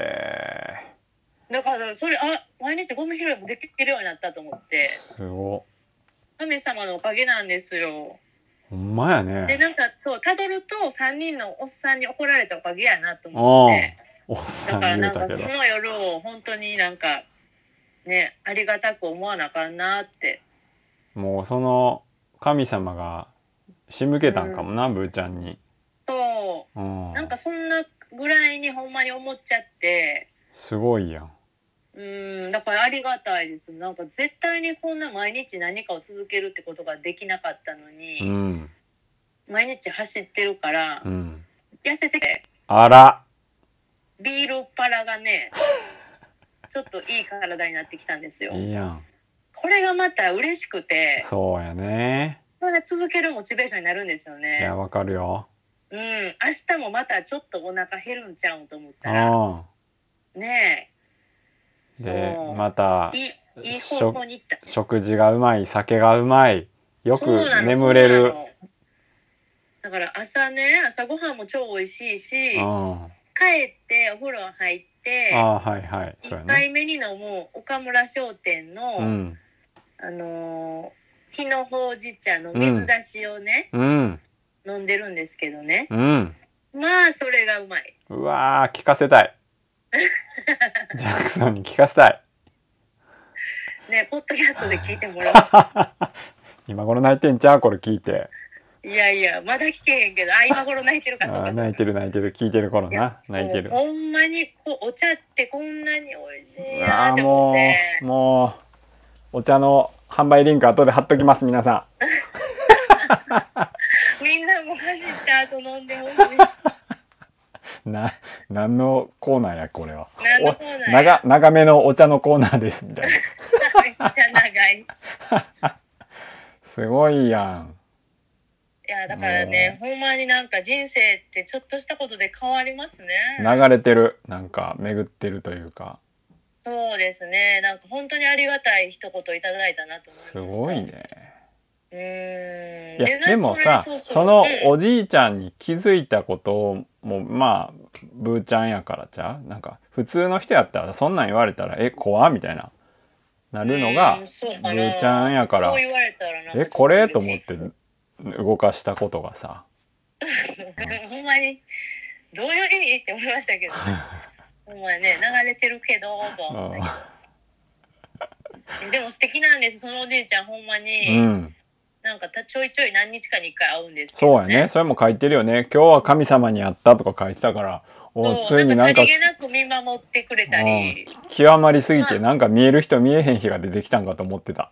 Speaker 1: え
Speaker 2: だからそれあ毎日ゴミ拾いもできるようになったと思って
Speaker 1: すご
Speaker 2: 神様のおかげなんですよ
Speaker 1: いほんまや
Speaker 2: で
Speaker 1: ね
Speaker 2: なんかそうたどると3人のおっさんに怒られたおかげやなと思
Speaker 1: お
Speaker 2: って
Speaker 1: おっさ
Speaker 2: だ
Speaker 1: ん
Speaker 2: から
Speaker 1: 言
Speaker 2: な
Speaker 1: うんた
Speaker 2: か
Speaker 1: け
Speaker 2: そ
Speaker 1: ど
Speaker 2: の夜を本当になんかねありがたく思わなあかんなって
Speaker 1: もうその神様が仕向けたんかもな、ブーちゃんに、、
Speaker 2: そううんなんかそんなぐらいにほんまに思っちゃって
Speaker 1: すごいやん
Speaker 2: うんだからありがたいですなんか絶対にこんな毎日何かを続けるってことができなかったのに、
Speaker 1: うん
Speaker 2: 毎日走ってるから
Speaker 1: うん
Speaker 2: 痩せてて
Speaker 1: あら
Speaker 2: ビールっ腹
Speaker 1: [LAUGHS]
Speaker 2: がねちょっといい体になってきたんですよ。
Speaker 1: いいやん
Speaker 2: これがまた嬉しく
Speaker 1: [LAUGHS]
Speaker 2: て、
Speaker 1: そうやね
Speaker 2: これが続けるモチベーションになるんですよ
Speaker 1: い
Speaker 2: ね
Speaker 1: や。わかるよ
Speaker 2: うん、明日もまたちょっとお腹減るんちゃうんと思っ
Speaker 1: う
Speaker 2: たら、
Speaker 1: ん
Speaker 2: ねえ。そ
Speaker 1: で
Speaker 2: う、
Speaker 1: また
Speaker 2: いいいい方向に行った。
Speaker 1: 食事がうまい酒がうまいよく
Speaker 2: そうなの
Speaker 1: 眠れ。
Speaker 2: そう
Speaker 1: る
Speaker 2: なのだから朝ね、朝ごはんも超美味しいし、
Speaker 1: う
Speaker 2: 帰
Speaker 1: んあ
Speaker 2: ってお風呂入って、
Speaker 1: あはいはいそうや
Speaker 2: 1
Speaker 1: ね
Speaker 2: 回目に飲む岡村商店の、
Speaker 1: うん
Speaker 2: あのー日のほうじ茶の水出しをね、
Speaker 1: うん
Speaker 2: 飲んでるんですけどね。
Speaker 1: うん
Speaker 2: まあ、それがうまい。
Speaker 1: うわー聞かせたいジャクソンに聞かせたい
Speaker 2: ね、ポッドキャストで聞いてもら
Speaker 1: 今頃泣いてんちゃうこれ聞いて
Speaker 2: う。いやいや、まだ聞けへんけど、あ、今頃泣いてるか、そう
Speaker 1: あ
Speaker 2: か
Speaker 1: ー
Speaker 2: そう
Speaker 1: 泣い
Speaker 2: か。
Speaker 1: てる泣いてる聞いてる頃
Speaker 2: い
Speaker 1: な泣いてる
Speaker 2: もうほんまにこう、お茶ってこんなに美味しいな
Speaker 1: あ
Speaker 2: って思っ
Speaker 1: も
Speaker 2: て
Speaker 1: う。もうお茶の販売リンク後で貼っときます皆さ
Speaker 2: みんなも走った後飲んでほしい。
Speaker 1: んな何のコーナーやこれは
Speaker 2: 何のコーナ
Speaker 1: お
Speaker 2: ーや
Speaker 1: 長長めのお茶のコーナーですみたいな
Speaker 2: めっちゃ長い。い
Speaker 1: すごいやん
Speaker 2: や、だからね、ほんまになんか人生ってちょっとしたことで変わりますね。
Speaker 1: 流れてるなんか巡ってるというか
Speaker 2: そうですね。なんか本当にありがたい一言いただいたなと
Speaker 1: す
Speaker 2: 思いました。
Speaker 1: ごい。ね
Speaker 2: うーん。
Speaker 1: いや
Speaker 2: な
Speaker 1: でもさ
Speaker 2: れうう
Speaker 1: その
Speaker 2: うん
Speaker 1: おじいちゃんに気づいたこともまあブーちゃんやからちゃうなんか普通の人やったらそんなん言われたらえ怖みたいななるのが
Speaker 2: うんそうかな
Speaker 1: ゆうちゃんやから
Speaker 2: そう言われたらなんか
Speaker 1: えこれと思っ
Speaker 2: 嬉しい
Speaker 1: て動かしたことがさ
Speaker 2: ほんまにどういう意味って思いまし
Speaker 1: [LAUGHS]
Speaker 2: たけどほんまやね流れてるけどとは
Speaker 1: う
Speaker 2: 思っ
Speaker 1: ん
Speaker 2: たけどでも素敵なんですそのおじいちゃんほんま
Speaker 1: う
Speaker 2: に、
Speaker 1: ん
Speaker 2: なんかたちょいちょい何日かに一回会うんですけ
Speaker 1: そう
Speaker 2: ど、
Speaker 1: やねそれも書いてるよね今日は神様に会ったとか書いてたからお
Speaker 2: そう
Speaker 1: ついになんか
Speaker 2: さりげなく見守ってくれたり、
Speaker 1: 極まりすぎてなんか見える人見えへん日が出てきたんかと思ってた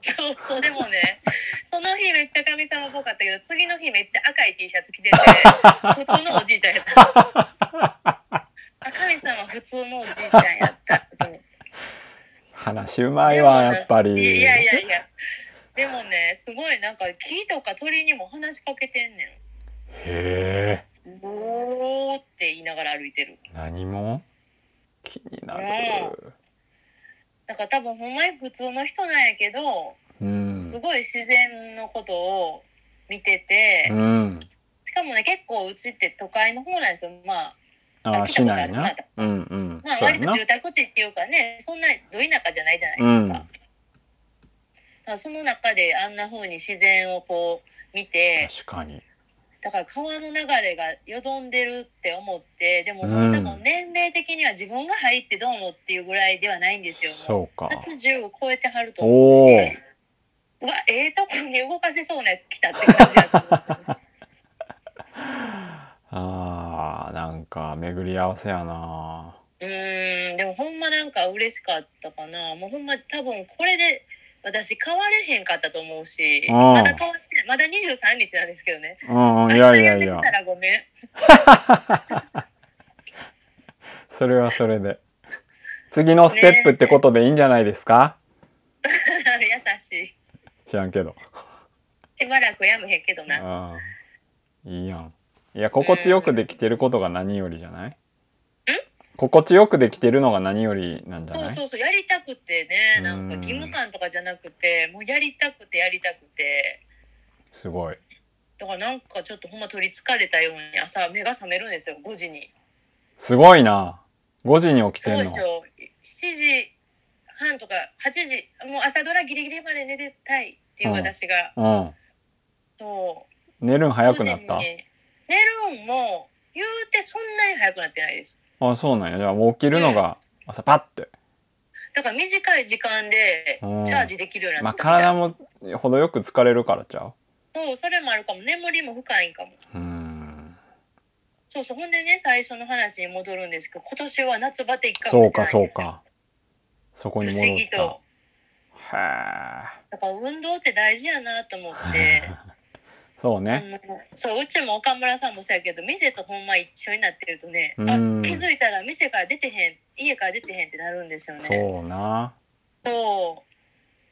Speaker 2: そうそうでも
Speaker 1: [LAUGHS]
Speaker 2: ねその日めっちゃ神様っぽかったけど次の日めっちゃ赤い T シャツ
Speaker 1: [LAUGHS]
Speaker 2: 着てて普通のおじいちゃんやったあ神様普通のおじいちゃんやったと思って
Speaker 1: 話うまいわ
Speaker 2: でも
Speaker 1: やっぱり
Speaker 2: いやいやいやでもねすごいなんか木とか鳥にも話しかけてんね
Speaker 1: へえ
Speaker 2: んボーって言いながら歩いてる
Speaker 1: 何も気になる
Speaker 2: ねだから多分ほんまに普通の人なんやけど
Speaker 1: うん
Speaker 2: すごい自然のことを見てて、
Speaker 1: うん
Speaker 2: しかもね結構うちって都会の方なんですよまあ
Speaker 1: あ
Speaker 2: あ
Speaker 1: あ
Speaker 2: 来た
Speaker 1: 市
Speaker 2: ことあ
Speaker 1: 内
Speaker 2: る
Speaker 1: なうんうん
Speaker 2: まあ
Speaker 1: そうや
Speaker 2: 割と
Speaker 1: な
Speaker 2: 住宅地っていうかねそんなど田舎じゃないじゃないうですか,、
Speaker 1: ん
Speaker 2: だからその中であんな風に自然をこう見て
Speaker 1: 確かに
Speaker 2: だから川の流れがよどんでるって思ってでも
Speaker 1: うん
Speaker 2: もう多分年齢的には自分が入ってどうのっていうぐらいではないんですよもう
Speaker 1: そうか
Speaker 2: 80を超えてはると思う
Speaker 1: おお
Speaker 2: しうわええとこに動かせそうなやつ来たって感じやったね
Speaker 1: あーなんか巡り合わせや
Speaker 2: [LAUGHS]
Speaker 1: な
Speaker 2: うーんでもほんまなんか嬉しかったかなもうほんま多分これで私変われへんかったと思うし
Speaker 1: うん
Speaker 2: まだ変わってないまだ23日なんですけどね
Speaker 1: うんうんいやいやい
Speaker 2: あ
Speaker 1: や
Speaker 2: んたやめてたらごめん [LAUGHS]
Speaker 1: それはそれで次のステップってことでいいんじゃないですか
Speaker 2: 優しい
Speaker 1: 知らんけど
Speaker 2: しばらくやむへんけどな
Speaker 1: うんいいやんいや心地よくできてることが何よりじゃない心地よくできてるのが何よりなんじゃ
Speaker 2: そう
Speaker 1: ない
Speaker 2: そうそうやりたくてねなんか
Speaker 1: うん
Speaker 2: 義務感とかじゃなくてもうやりたくてやりたくて
Speaker 1: すごい
Speaker 2: だからなんかちょっとほんま取りつかれたように朝目が覚めるんですよ5時に
Speaker 1: すごいな5時に起き
Speaker 2: す
Speaker 1: て
Speaker 2: ごい
Speaker 1: ん
Speaker 2: で
Speaker 1: の
Speaker 2: すよ7時半とか8時もう朝ドラギリギリまで寝てたいっていう私が、
Speaker 1: うん
Speaker 2: そう
Speaker 1: 寝るん早くなっ
Speaker 2: 5時
Speaker 1: た
Speaker 2: に寝るんも言うてそんなに早くなってないです
Speaker 1: あそうなんやじゃあもう起きるのが朝パッて
Speaker 2: だから短い時間で
Speaker 1: うん
Speaker 2: チャージできるように
Speaker 1: ま
Speaker 2: な
Speaker 1: あ
Speaker 2: ったみたい
Speaker 1: 体も程よく疲れるからちゃ
Speaker 2: そうそれもあるかも眠りも深いんかも
Speaker 1: ううーん
Speaker 2: そうそうほんでね最初の話に戻るんですけど今年は夏バテ一回
Speaker 1: そ
Speaker 2: も
Speaker 1: う
Speaker 2: してな
Speaker 1: か
Speaker 2: い
Speaker 1: そ
Speaker 2: ん
Speaker 1: う
Speaker 2: ですよ
Speaker 1: かそこ
Speaker 2: 不
Speaker 1: に
Speaker 2: 思
Speaker 1: 戻っ
Speaker 2: 議
Speaker 1: た
Speaker 2: と
Speaker 1: へ
Speaker 2: だから運動って大事やなと思って
Speaker 1: え [LAUGHS] そうね
Speaker 2: あのそううちも岡村さんもそうやけど店とほんま一緒になってるとねあ
Speaker 1: うん
Speaker 2: 気づいたら店から出てへん家から出てへんってなるんですよね
Speaker 1: そうな
Speaker 2: そ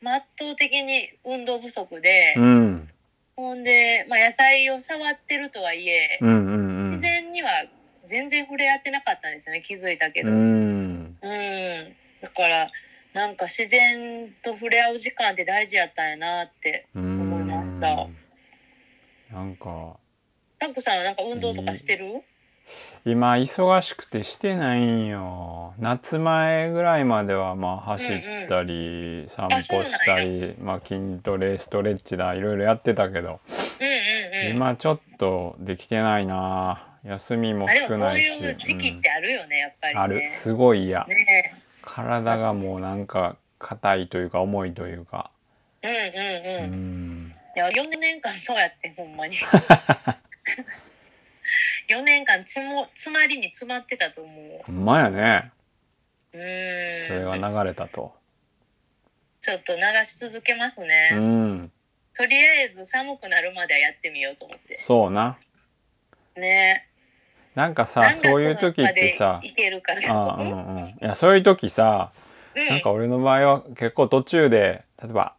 Speaker 2: うまあ圧倒的に運動不足で、
Speaker 1: うん
Speaker 2: ほんで、まあ、野菜を触ってるとはいえ
Speaker 1: う、んうん
Speaker 2: 自然には全然触れ合ってなかったんですよね気づいたけ
Speaker 1: う
Speaker 2: ど、
Speaker 1: んうん
Speaker 2: うん、だからなんか自然と触れ合う時間って大事やったんやなって
Speaker 1: 思
Speaker 2: いました
Speaker 1: なんか
Speaker 2: タクさんはなんか運動とかしてる、
Speaker 1: 今忙しくてしてないんよ夏前ぐらいまではまあ走ったり散歩したりまあ筋トレストレッチだいろいろやってたけど
Speaker 2: うんうんうん
Speaker 1: 今ちょっとできてないな休みも
Speaker 2: あでも
Speaker 1: 少
Speaker 2: そ
Speaker 1: な
Speaker 2: う
Speaker 1: いし
Speaker 2: いう時期ってあるよね、
Speaker 1: うん
Speaker 2: やっ
Speaker 1: あ
Speaker 2: ぱり
Speaker 1: る
Speaker 2: ね。
Speaker 1: すごい嫌
Speaker 2: ね
Speaker 1: 体がもうなんか硬いというか重いというか
Speaker 2: うん
Speaker 1: う
Speaker 2: うんうん。い
Speaker 1: ん
Speaker 2: や4年間そうやってほんまに。4年間つも詰まりに詰まってたと思う。
Speaker 1: ほんまやね
Speaker 2: う
Speaker 1: それが
Speaker 2: ーん。
Speaker 1: 流れたと
Speaker 2: ちょっと流し続けます
Speaker 1: う
Speaker 2: ね。
Speaker 1: ん
Speaker 2: とりあえず寒くなるまではやってみようと思って。
Speaker 1: そうな
Speaker 2: ね。
Speaker 1: なんかさ
Speaker 2: 何月
Speaker 1: そういう時ってさ
Speaker 2: までいけるか
Speaker 1: あ
Speaker 2: な。
Speaker 1: う
Speaker 2: う
Speaker 1: ん
Speaker 2: ん
Speaker 1: うんいやそういう時さ
Speaker 2: [LAUGHS]
Speaker 1: なんか俺の場合は結構途中で例えば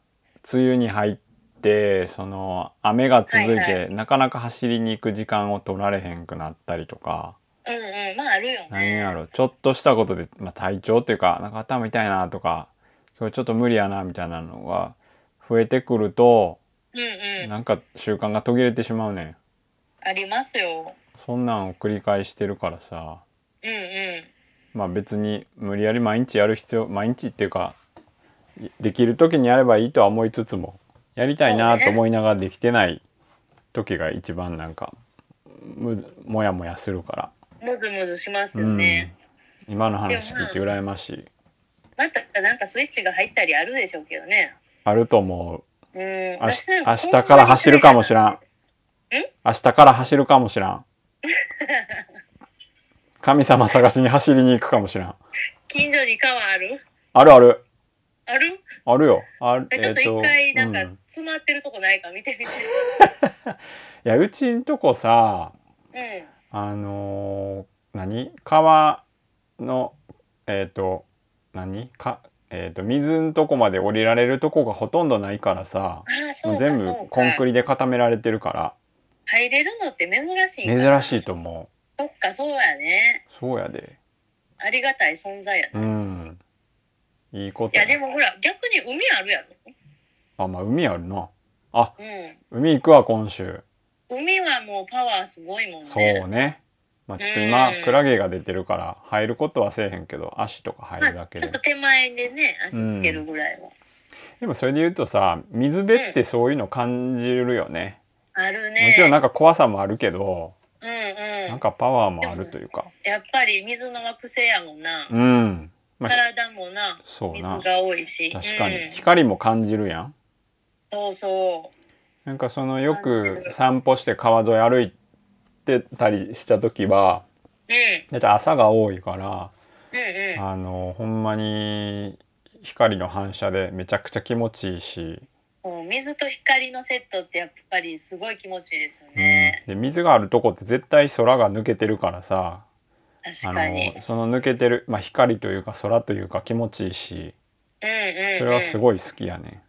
Speaker 1: 梅雨に入ってその雨が続いて、
Speaker 2: はいは
Speaker 1: なかなか走りに行く時間を取られへんくなったりとか
Speaker 2: うんうん。まああるよ
Speaker 1: 何や
Speaker 2: ね。
Speaker 1: ろちょっとしたことで、まあ、体調っていうかなんか頭痛いなとか今日ちょっと無理やなみたいなのが増えてくると
Speaker 2: うんうん。
Speaker 1: なんか習慣が途切れてしまうねん
Speaker 2: ありますよ。
Speaker 1: そんなんを繰り返してるからさ
Speaker 2: うんうん。
Speaker 1: まあ別に無理やり毎日やる必要毎日っていうかいできる時にやればいいとは思いつつもやりたいなと思いながらできてない時が一番なんかむずもやもやするか
Speaker 2: むずむずします
Speaker 1: ら、
Speaker 2: よ
Speaker 1: うん
Speaker 2: ね。
Speaker 1: 今の話聞いて羨ましい
Speaker 2: またなんかスイッチが入ったりあるでしょうけどね。
Speaker 1: あると思う
Speaker 2: うん。
Speaker 1: 明
Speaker 2: 私
Speaker 1: 日
Speaker 2: なんか
Speaker 1: 明日から走るかもしらん
Speaker 2: え
Speaker 1: 明日から走るかもしらん神様探しに走りに行くかもしらん
Speaker 2: 近所に川ある
Speaker 1: あるある
Speaker 2: ある
Speaker 1: あるよある
Speaker 2: ちょっと
Speaker 1: えー
Speaker 2: 一回なんか
Speaker 1: うん
Speaker 2: 詰まってるとこないか見てみて。
Speaker 1: いやうちんとこさ
Speaker 2: うん。
Speaker 1: あのー何川のえっ、と何かえっ、と水んとこまで降りられるとこがほとんどないからさ
Speaker 2: ああ、そ
Speaker 1: もう
Speaker 2: う
Speaker 1: 全
Speaker 2: か、
Speaker 1: 部
Speaker 2: そう
Speaker 1: コンク
Speaker 2: か。
Speaker 1: リで固められてるから
Speaker 2: 入れるのって珍しいか
Speaker 1: 珍
Speaker 2: ら。
Speaker 1: しいと思
Speaker 2: そっか、そうやね。
Speaker 1: うそうやで
Speaker 2: ありがたい存在やね。
Speaker 1: うんいいこ
Speaker 2: い
Speaker 1: と
Speaker 2: や、
Speaker 1: や
Speaker 2: でもほら、逆に海あるやろ。
Speaker 1: あまあ海あるなあ
Speaker 2: うん。
Speaker 1: 海行くわ今週
Speaker 2: 海はもうパワーすごいもんね。
Speaker 1: そうねまあちょっと今
Speaker 2: うん
Speaker 1: クラゲが出てるから入ることはせえへんけど足とか入る
Speaker 2: まあ
Speaker 1: だけ
Speaker 2: ち
Speaker 1: で
Speaker 2: ょっと手前でね、足つけるぐらいは。
Speaker 1: でもそれで言うとさ水辺ってそういうの感じるよね、
Speaker 2: あるね。
Speaker 1: もちろんなんか怖さもあるけど、
Speaker 2: うんうん。
Speaker 1: なんかパワーもあるというか。
Speaker 2: やっぱり水の惑星やもんな。
Speaker 1: うん。まあ、
Speaker 2: 体もな
Speaker 1: そう
Speaker 2: 水
Speaker 1: な。
Speaker 2: が多いし
Speaker 1: 確かに
Speaker 2: うん
Speaker 1: 光も感じるやん。
Speaker 2: そうそう。
Speaker 1: なんかそのよく散歩して川沿い歩いてたりした時は
Speaker 2: うん。
Speaker 1: だいたい朝が多いから
Speaker 2: うんうん。
Speaker 1: あのほんまに光の反射でめちゃくちゃ気持ちいいし、
Speaker 2: そう水と光のセットってやっぱりすごい気持ちいいですよ
Speaker 1: うん、
Speaker 2: ね。
Speaker 1: で水があるとこって絶対空が抜けてるからさあ
Speaker 2: 確かに。
Speaker 1: のその抜けてる、まあ、光というか空というか気持ちいいし
Speaker 2: うんうん、うん。
Speaker 1: それはす
Speaker 2: い。
Speaker 1: ごい好きやね。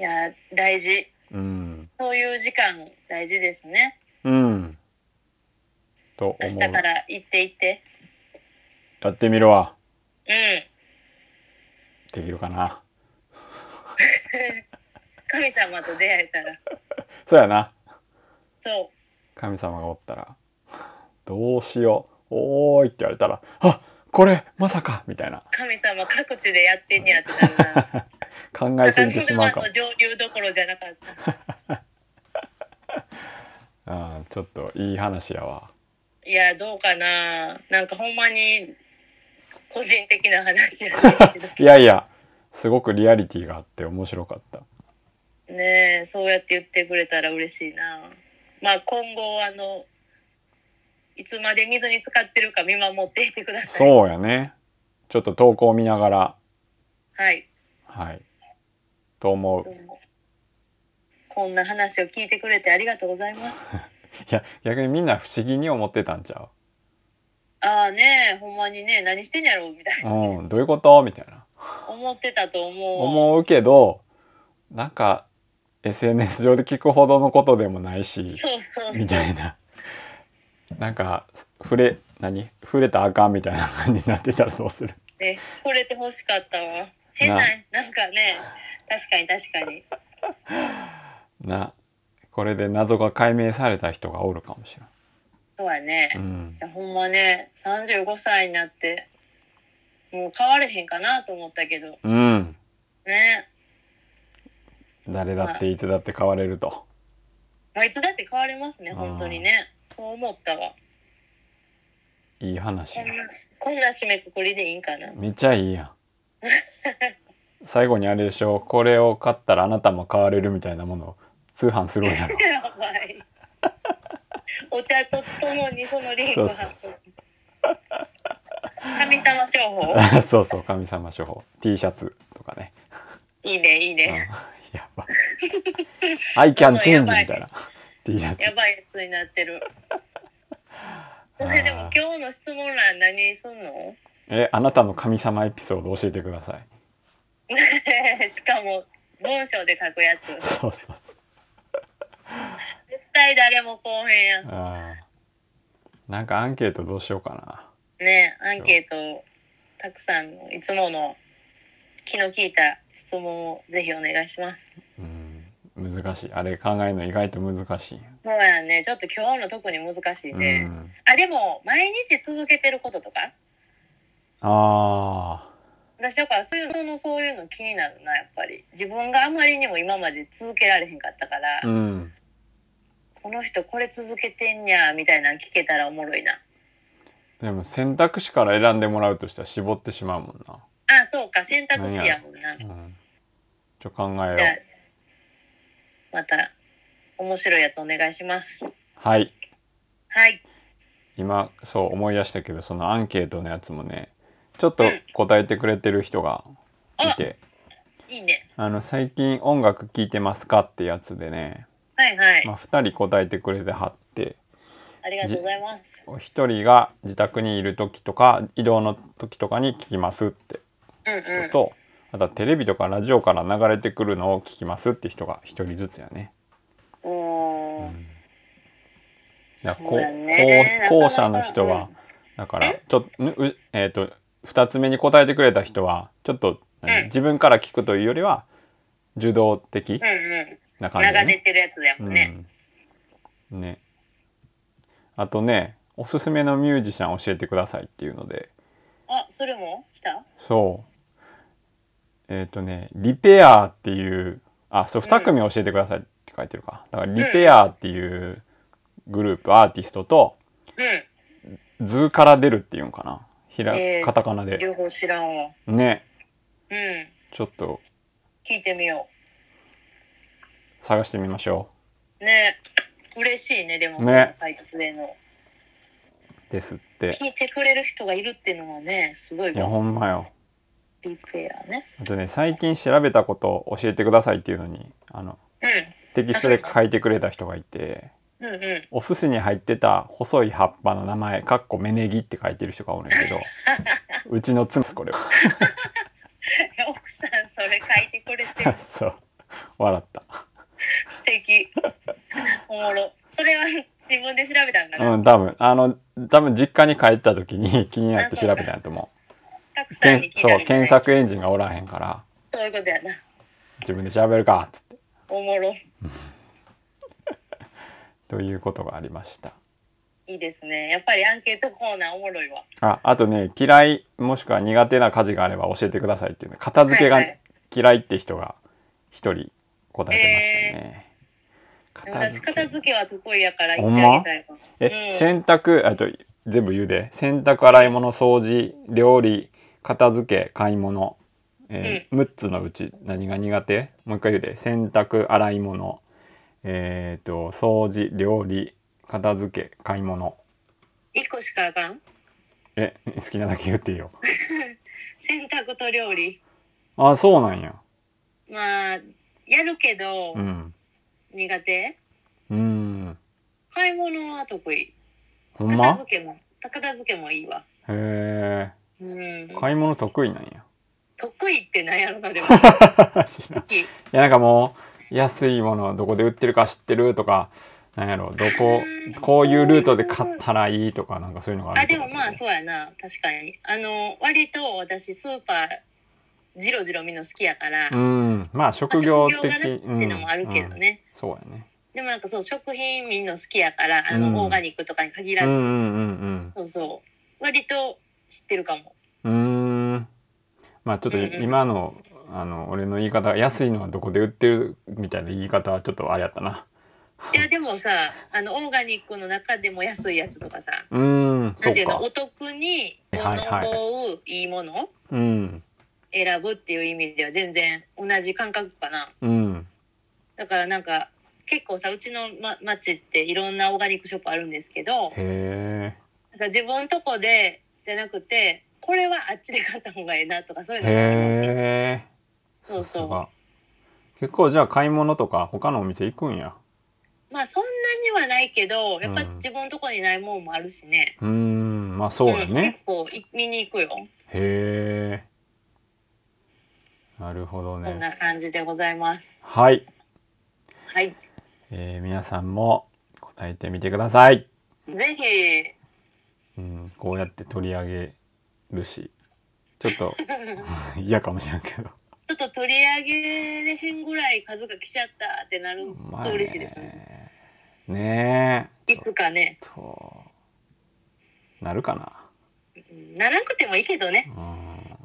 Speaker 2: いや、大事。
Speaker 1: うん、
Speaker 2: そういう時間大事ですね。
Speaker 1: うん、と思
Speaker 2: 明日
Speaker 1: う
Speaker 2: から行って行って。
Speaker 1: やってみるわ
Speaker 2: うん。
Speaker 1: できるかな
Speaker 2: 神様と出会えたら。
Speaker 1: そうやな
Speaker 2: そう。
Speaker 1: 神様がおったら「どうしようおーい」って言われたら「あこれまさか」みたいな
Speaker 2: 神様各地でやってんねやってなる
Speaker 1: [LAUGHS]
Speaker 2: な。
Speaker 1: 考えす
Speaker 2: 高
Speaker 1: ぎて
Speaker 2: 木
Speaker 1: しま
Speaker 2: 沼
Speaker 1: う
Speaker 2: [LAUGHS]
Speaker 1: かも
Speaker 2: の、上流どころじゃなかった。
Speaker 1: うん、ちょっといい話やわ
Speaker 2: いや、どうかな。なんかほんまに、個人的な話なんですけど。
Speaker 1: いやいやすごくリアリティがあって面白かった
Speaker 2: ねえ、そうやって言ってくれたら嬉しいな。まあ今後、あの、いつまで水に浸かってるか見守っていてください。
Speaker 1: そうやねちょっと投稿を見ながら
Speaker 2: はい。
Speaker 1: はいと思う
Speaker 2: いつもこんな話を聞いてくれてありがとうございます。
Speaker 1: いや逆にみんな不思議に思ってたんちゃ
Speaker 2: ああねえ、ほんまにね、何してんやろみたいうな。
Speaker 1: うんどういうことみたいな
Speaker 2: 思ってたと思う。
Speaker 1: 思うけどなんか SNS 上で聞くほどのことでもないし
Speaker 2: そうそうそう。
Speaker 1: みたいななんか触れ何触れたらあかんみたいな感じになってたらどうする
Speaker 2: ね、惚れて欲しかったわ。変な、なんかね、確かに確かに。
Speaker 1: なこれで謎が解明された人がおるかもし
Speaker 2: そうやね。
Speaker 1: れん、うん
Speaker 2: い、やほんまね、35歳になって、もう変われへんかなと思ったけど、
Speaker 1: うん、
Speaker 2: ね。
Speaker 1: 誰だっていつだって変われると
Speaker 2: まあ、いつだって変われますね、
Speaker 1: うん
Speaker 2: 本当にね。そう思ったわ。
Speaker 1: いい話
Speaker 2: こ
Speaker 1: や
Speaker 2: んな、こんな締めくくりでいいん
Speaker 1: [LAUGHS]
Speaker 2: かな。
Speaker 1: めっちゃいいやん最後にあれでしょこれを買ったらあなたも変われるみたいなものを通販するんやろ
Speaker 2: やばい。お茶とともにそのリンクを発送神様商
Speaker 1: [LAUGHS]
Speaker 2: 法
Speaker 1: そうそう神様処方 T シャツとかね
Speaker 2: いいね、いいね。
Speaker 1: やばい I can change みたいな T シャツ
Speaker 2: やばいやつになっ
Speaker 1: [LAUGHS]
Speaker 2: てる。それでも今日の質問欄何すんの
Speaker 1: えあなたの神様エピソード教えてください
Speaker 2: しかも文章で書くやつ。絶
Speaker 1: そうそうそう
Speaker 2: 対誰もこうへんやん。
Speaker 1: あーなんかアンケートどうしようか
Speaker 2: ねアンケートたくさんのいつもの気の利いた質問をぜひお願いします。
Speaker 1: なうん難しいあれ考えるの意外と難しい、
Speaker 2: そうやね。ちょっと今日の特に難しいうね。
Speaker 1: ん、
Speaker 2: あ、でも毎日続けてることとか
Speaker 1: あ
Speaker 2: 私だからそういうののそういうの気になるなやっぱり自分があまりにも今まで続けられへんかったから、
Speaker 1: ーうん
Speaker 2: この人これ続けてんやみたいなの聞けたらおもろいな
Speaker 1: でも選択肢から選んでもらうとしたら絞ってしまうもんな、
Speaker 2: あそうか選択肢やもんな
Speaker 1: うん、ちょ考えよ
Speaker 2: じゃあ
Speaker 1: う
Speaker 2: また面白いやつお願いします
Speaker 1: はい
Speaker 2: はい
Speaker 1: 今そう思い出したけどそのアンケートのやつもねちょっと
Speaker 2: うん
Speaker 1: 答えてくれてる人がいて、
Speaker 2: いいね
Speaker 1: あの最近音楽聴いてますかってやつでね
Speaker 2: はいはい、
Speaker 1: まあ、2人答えてくれてはって
Speaker 2: ありがとうございます
Speaker 1: お一人が自宅にいる時とか移動の時とかに聞きますって
Speaker 2: うんうん
Speaker 1: 人と、あとはテレビとかラジオから流れてくるのを聞きますって人が一人ずつやね。
Speaker 2: おー
Speaker 1: だから
Speaker 2: そうやね
Speaker 1: こう後
Speaker 2: なかなか
Speaker 1: 者の人は
Speaker 2: う
Speaker 1: だからちょっとぬうえっ、と2つ目に答えてくれた人はちょっと、何
Speaker 2: うん
Speaker 1: 自分から聞くというよりは受動的
Speaker 2: うんうん
Speaker 1: な感じで
Speaker 2: 流れ
Speaker 1: ね。
Speaker 2: てるやつだもんね、
Speaker 1: うん、ねあとねおすすめのミュージシャン教えてくださいっていうので
Speaker 2: あそれも来た
Speaker 1: そうえっ、とねリペアーっていうあそう2組教えてくださいって書いてるかだからリペアーっていうグループアーティストと
Speaker 2: う
Speaker 1: 図から出るっていうんかなひら、
Speaker 2: えー
Speaker 1: カタカナ
Speaker 2: ん
Speaker 1: で
Speaker 2: 両方知らんわ
Speaker 1: ね
Speaker 2: うん
Speaker 1: ちょっと
Speaker 2: 聞いてみよ
Speaker 1: 探してみましょ
Speaker 2: ね嬉しいねでも、
Speaker 1: ね
Speaker 2: その書いてくれるの
Speaker 1: うですって
Speaker 2: 聞いてくれる人がいるっていうのはねすごい
Speaker 1: いやほんまよ
Speaker 2: リペアね
Speaker 1: あとね最近調べたことを教えてくださいっていうのにあの
Speaker 2: う
Speaker 1: テキストで書いてくれた人がいて
Speaker 2: んうんうん
Speaker 1: お寿司に入ってた細い葉っぱの名前かっこ芽ネギって書いてる人がおるんや
Speaker 2: [LAUGHS]
Speaker 1: けどうちの妻ですこれは [LAUGHS]
Speaker 2: 奥さんそれ書いてくれてる
Speaker 1: そう笑った
Speaker 2: 素敵 [LAUGHS] おもろそれは自分で調べたんかな、
Speaker 1: うん、多分、あの、多分実家に帰った時に気になって調べたんやと思
Speaker 2: たく
Speaker 1: う。
Speaker 2: さんに
Speaker 1: 検
Speaker 2: 聞い
Speaker 1: そ
Speaker 2: た
Speaker 1: う、
Speaker 2: りね
Speaker 1: 検索エンジンがおらへんから、
Speaker 2: そういうことやな
Speaker 1: 自分で調べるか、つって。
Speaker 2: おもろ
Speaker 1: ということがありました。
Speaker 2: いいですねやっぱりアンケートコーナーおもろいわ
Speaker 1: あ、あとね、嫌い、もしくは苦手な家事があれば教えてくださいっていうね、片付けが
Speaker 2: はいはい
Speaker 1: 嫌いって人が一人答えてましたね。
Speaker 2: でも私片
Speaker 1: け
Speaker 2: 付けは得意やから言ってあげたいわ
Speaker 1: え、
Speaker 2: うん
Speaker 1: 洗濯、あと、全部言うで。洗濯、洗い物、掃除、料理、片付け、買い物。えー6つのうち何が苦手もう一回言うで。洗濯、洗い物、えっ、と、掃除、料理、片付け、買い物。
Speaker 2: 一個しかあかん
Speaker 1: え、好きなだけ言っていいよ。
Speaker 2: 洗濯と料理
Speaker 1: あ、そうなんや。
Speaker 2: まあやるけど
Speaker 1: うん。
Speaker 2: 苦手、
Speaker 1: うーん。
Speaker 2: 買い物は得意
Speaker 1: ほん
Speaker 2: 片
Speaker 1: ま
Speaker 2: 付けも片付けもいいわ
Speaker 1: へ
Speaker 2: うん
Speaker 1: え。買い物得意なんや。
Speaker 2: 得意ってなんやろな [LAUGHS] でも
Speaker 1: 知らん
Speaker 2: 好き
Speaker 1: いやなんかもう安いものどこで売ってるか知ってるとかなんやろどこ
Speaker 2: あー
Speaker 1: こういうルートで買ったらいいとかなんかそういうのがある
Speaker 2: あ
Speaker 1: と
Speaker 2: で
Speaker 1: 思
Speaker 2: もまあ
Speaker 1: う
Speaker 2: そうやな確かにあの割と私スーパージロジロ見るの好きやから、
Speaker 1: う
Speaker 2: まあ
Speaker 1: んまあ職業的
Speaker 2: 職柄っていうのもあるけど
Speaker 1: うんうん
Speaker 2: ね、
Speaker 1: そうやね
Speaker 2: でもなんかそう食品見るの好きやからあの、
Speaker 1: うん
Speaker 2: オーガニックとかに限
Speaker 1: う
Speaker 2: ら
Speaker 1: ん
Speaker 2: ず、
Speaker 1: うん
Speaker 2: そうそう割と知ってるかも
Speaker 1: うんうんうーんまあちょっと
Speaker 2: うんうん
Speaker 1: 今のあの俺の言い方安いのはどこで売ってるみたいな言い方はちょっとあれやったない
Speaker 2: やでもさあのオーガニックの中でも安いやつとかさ
Speaker 1: うーん
Speaker 2: な
Speaker 1: そ
Speaker 2: んていううの
Speaker 1: か
Speaker 2: お得に
Speaker 1: はい
Speaker 2: 物
Speaker 1: はい
Speaker 2: をういいもの
Speaker 1: うん
Speaker 2: 選ぶっていう意味では全然同じ感覚かな
Speaker 1: うん
Speaker 2: だからなんか結構さうちの、ま、町っていろんなオーガニックショップあるんですけど
Speaker 1: へ
Speaker 2: なんか自分とこでじゃなくてこれはあっちで買った方がええなとかそうい
Speaker 1: え
Speaker 2: うのがある
Speaker 1: へえ
Speaker 2: そうそう
Speaker 1: 結構じゃあ買い物とか他のお店行くんや
Speaker 2: まあそんなにはないけどやっぱ
Speaker 1: うん
Speaker 2: 自分とこにないもんもあるしね、
Speaker 1: うーんまあそうや
Speaker 2: ん結
Speaker 1: ね、
Speaker 2: 構い見に行くよ
Speaker 1: へえなるほど
Speaker 2: こん
Speaker 1: ね
Speaker 2: な感じでございます
Speaker 1: はい、
Speaker 2: はい
Speaker 1: えー皆さんも答えてみてください、
Speaker 2: ぜひ
Speaker 1: うん、こうやって取り上げるしちょっと [LAUGHS] 嫌かもしれんけど
Speaker 2: ちょっと取り上げれへんぐらい数が来ちゃったってなる
Speaker 1: まあ
Speaker 2: と嬉しいですね
Speaker 1: ねね
Speaker 2: いつかね
Speaker 1: えそうなるか
Speaker 2: うんならなくてもいいけどね
Speaker 1: なうん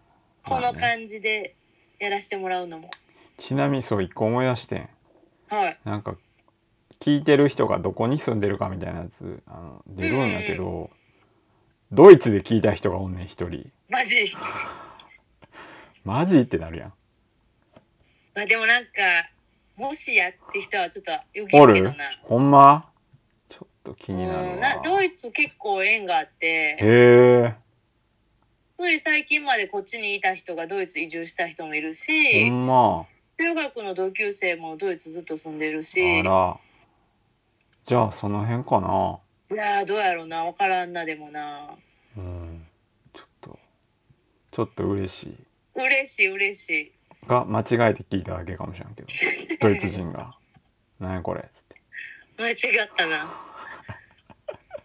Speaker 2: こ
Speaker 1: まあ
Speaker 2: の
Speaker 1: ね
Speaker 2: 感じでやらせてもらうのも。
Speaker 1: ちなみにそう一個思い出してん
Speaker 2: はい。
Speaker 1: なんか聞いてる人がどこに住んでるかみたいなやつあの出るんやけど、ドイツで聞いた人がおんねん一人
Speaker 2: マジ。
Speaker 1: マジってなるやん
Speaker 2: まあでもなんか、もしやって人はちょっとよぎ
Speaker 1: お
Speaker 2: るけど
Speaker 1: る
Speaker 2: な。
Speaker 1: ほんまちょっと気にな
Speaker 2: う
Speaker 1: る
Speaker 2: ん
Speaker 1: わ
Speaker 2: なドイツ結構縁があって
Speaker 1: へえ
Speaker 2: つい最近までこっちにいた人がドイツ移住した人もいる
Speaker 1: ほ
Speaker 2: し、
Speaker 1: んま
Speaker 2: 中学の同級生もドイツずっと住んでるし
Speaker 1: あらじゃあその辺かない
Speaker 2: やーどうやろうな分からんなでもな
Speaker 1: うんちょっとちょっと嬉しい
Speaker 2: 嬉しい嬉しい
Speaker 1: が間違えて聞いただけかもしれんけどドイツ人が「何やこれ」っつって
Speaker 2: 間違ったな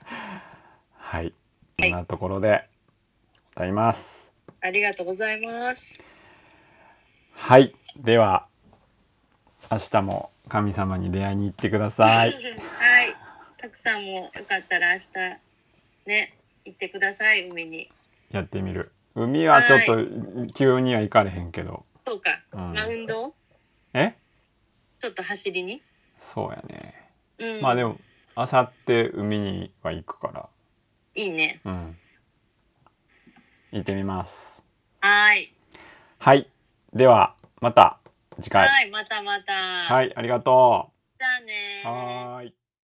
Speaker 1: はいこ
Speaker 2: はい
Speaker 1: んなところでございます
Speaker 2: ありがとうございます
Speaker 1: はい。では、明日も神様に出会いに行ってください。
Speaker 2: はい。たくさんもよかったら明日ね行ってください海に。
Speaker 1: やってみる。海はちょっと急には行かれへんけど。
Speaker 2: そうか。
Speaker 1: うん
Speaker 2: マウンド
Speaker 1: え
Speaker 2: ちょっと走りに。
Speaker 1: そうやね。
Speaker 2: うん。
Speaker 1: まあでも、明後日海には行くか
Speaker 2: いいね。
Speaker 1: ら。うん。行ってみます。
Speaker 2: はーい。
Speaker 1: はい。では、また
Speaker 2: 次回。
Speaker 1: はい、またまた。
Speaker 2: はい、ありがと
Speaker 1: じゃあね
Speaker 2: う。はーい。